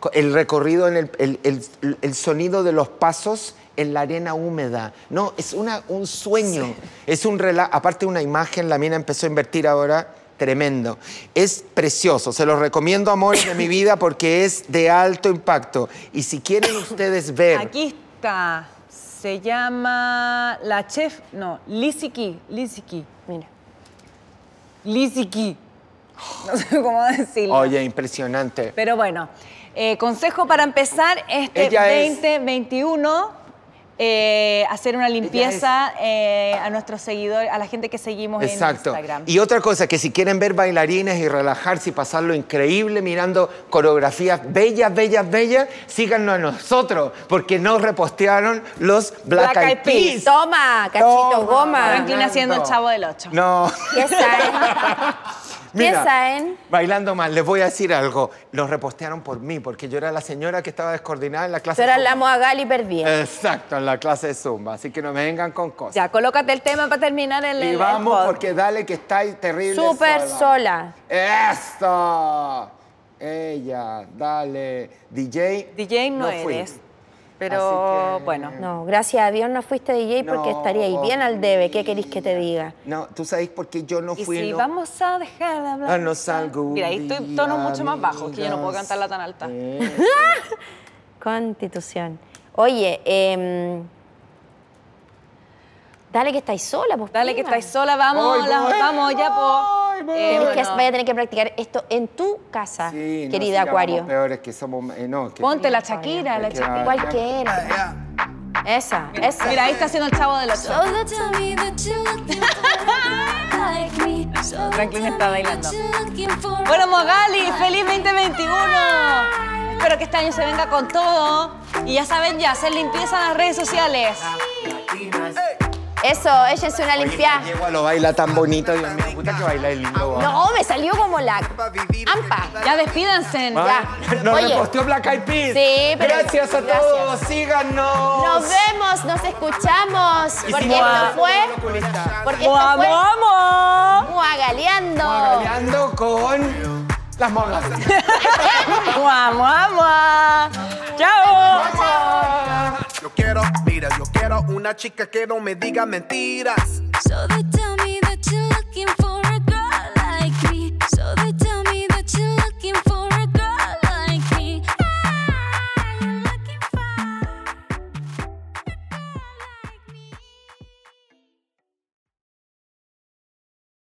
B: Co- El recorrido, en el, el- el- el sonido de los pasos en la arena húmeda. No, es una, un sueño. Es un relato. Aparte, una imagen, la mina empezó a invertir ahora. Tremendo. Es precioso. Se los recomiendo, amores de mi vida, porque es de alto impacto. Y si quieren ustedes ver.
A: Aquí está. Se llama la chef, no, Liziki, Liziki,
C: Mira.
A: Liziki. No sé cómo decirlo.
B: Oye, impresionante.
A: Pero bueno, eh, consejo para empezar este
B: Ella es-
A: 2021, eh, hacer una limpieza eh, a nuestros seguidores, a la gente que seguimos
B: Exacto.
A: en Instagram.
B: Y otra cosa, que si quieren ver bailarines y relajarse y pasarlo increíble mirando coreografías bellas, bellas, bellas, síganos a nosotros, porque nos repostearon los Black,
A: Black
B: Eyed
A: Eyed Peas.
B: Peas.
D: Toma, cachito,
B: Toma.
D: goma.
A: Franklin Ah, haciendo el chavo del 8.
B: No.
D: ¿Qué saben?
B: Mira,
D: saben?
B: Bailando mal, les voy a decir algo. Los repostearon por mí, porque yo era la señora que estaba descoordinada en la clase
D: Yo era
B: de
D: la
B: Zumba.
D: Moagal y perdí.
B: Exacto, en la clase de Zumba. Así que no me vengan con cosas.
A: Ya, colócate el tema para terminar el.
B: y
A: el-
B: vamos,
A: el pod.
B: porque dale que estáis terrible.
D: Súper sola.
B: ¡Esto! Ella, dale. DJ.
A: DJ no,
B: fui.
A: eres. Pero
B: Así que-
A: bueno.
D: No, gracias a Dios no fuiste DJ porque
B: No,
D: estaría ahí bien al debe. ¿Qué queréis que te diga?
B: No, tú sabes por qué yo no
A: Y
B: fui.
A: si
B: no-
A: vamos a dejar de hablar.
B: Ah, no salgo.
A: Mira, ahí estoy en tonos mucho más bajos, que yo no puedo
B: amigas.
A: cantarla tan alta.
B: Eh,
D: Constitución. Oye, em,
C: Dale que estáis sola, pues.
A: Dale que
C: prima.
A: estáis sola, vamos,
B: Ay,
A: la-
B: voy.
A: vamos ya,
B: Ay,
A: po.
B: voy.
A: Eh,
C: Tienes que
A: bueno,
C: vaya a tener que practicar esto en tu casa,
B: Sí, no,
C: querida
B: sí,
C: Acuario.
B: vamos Peores que somos. eh, no, que-
A: Ponte la Shakira, la
B: que-
A: Shakira.
C: Cualquiera. Esa, esa.
A: Mira, ahí está haciendo el chavo del ocho.
E: So don't tell me that you're looking for like me. So don't
A: Franklin
E: tell
A: está
E: me that
A: bailando.
E: you're looking for
A: Bueno, Mogali, feliz 2021. Espero que este año se venga con todo. Y ya saben, ya, hacer limpieza en las redes sociales.
C: Eso, ella es una limpia.
B: Yegua lo baila tan bonito, Dios mío, puta que baila el lindo. vos.
C: No, me salió como la ampa.
A: Ya despídanse.
C: Ya.
B: Nos
C: Oye,
B: reposteó Black Eyed Peas.
C: Sí, pero-
B: Gracias a
C: gracias.
B: todos, síganos.
C: nos vemos, nos escuchamos. Porque esto fue. Porque esto
A: ¡Mua,
C: fue.
A: mua, mua!
C: Mua Galeando.
B: Hablando con las mongas.
A: ¡Mua, mua, mua! ¡Chao!
I: Yo quiero, mira, yo quiero una chica que no me diga mentiras.
E: So they tell me Ah,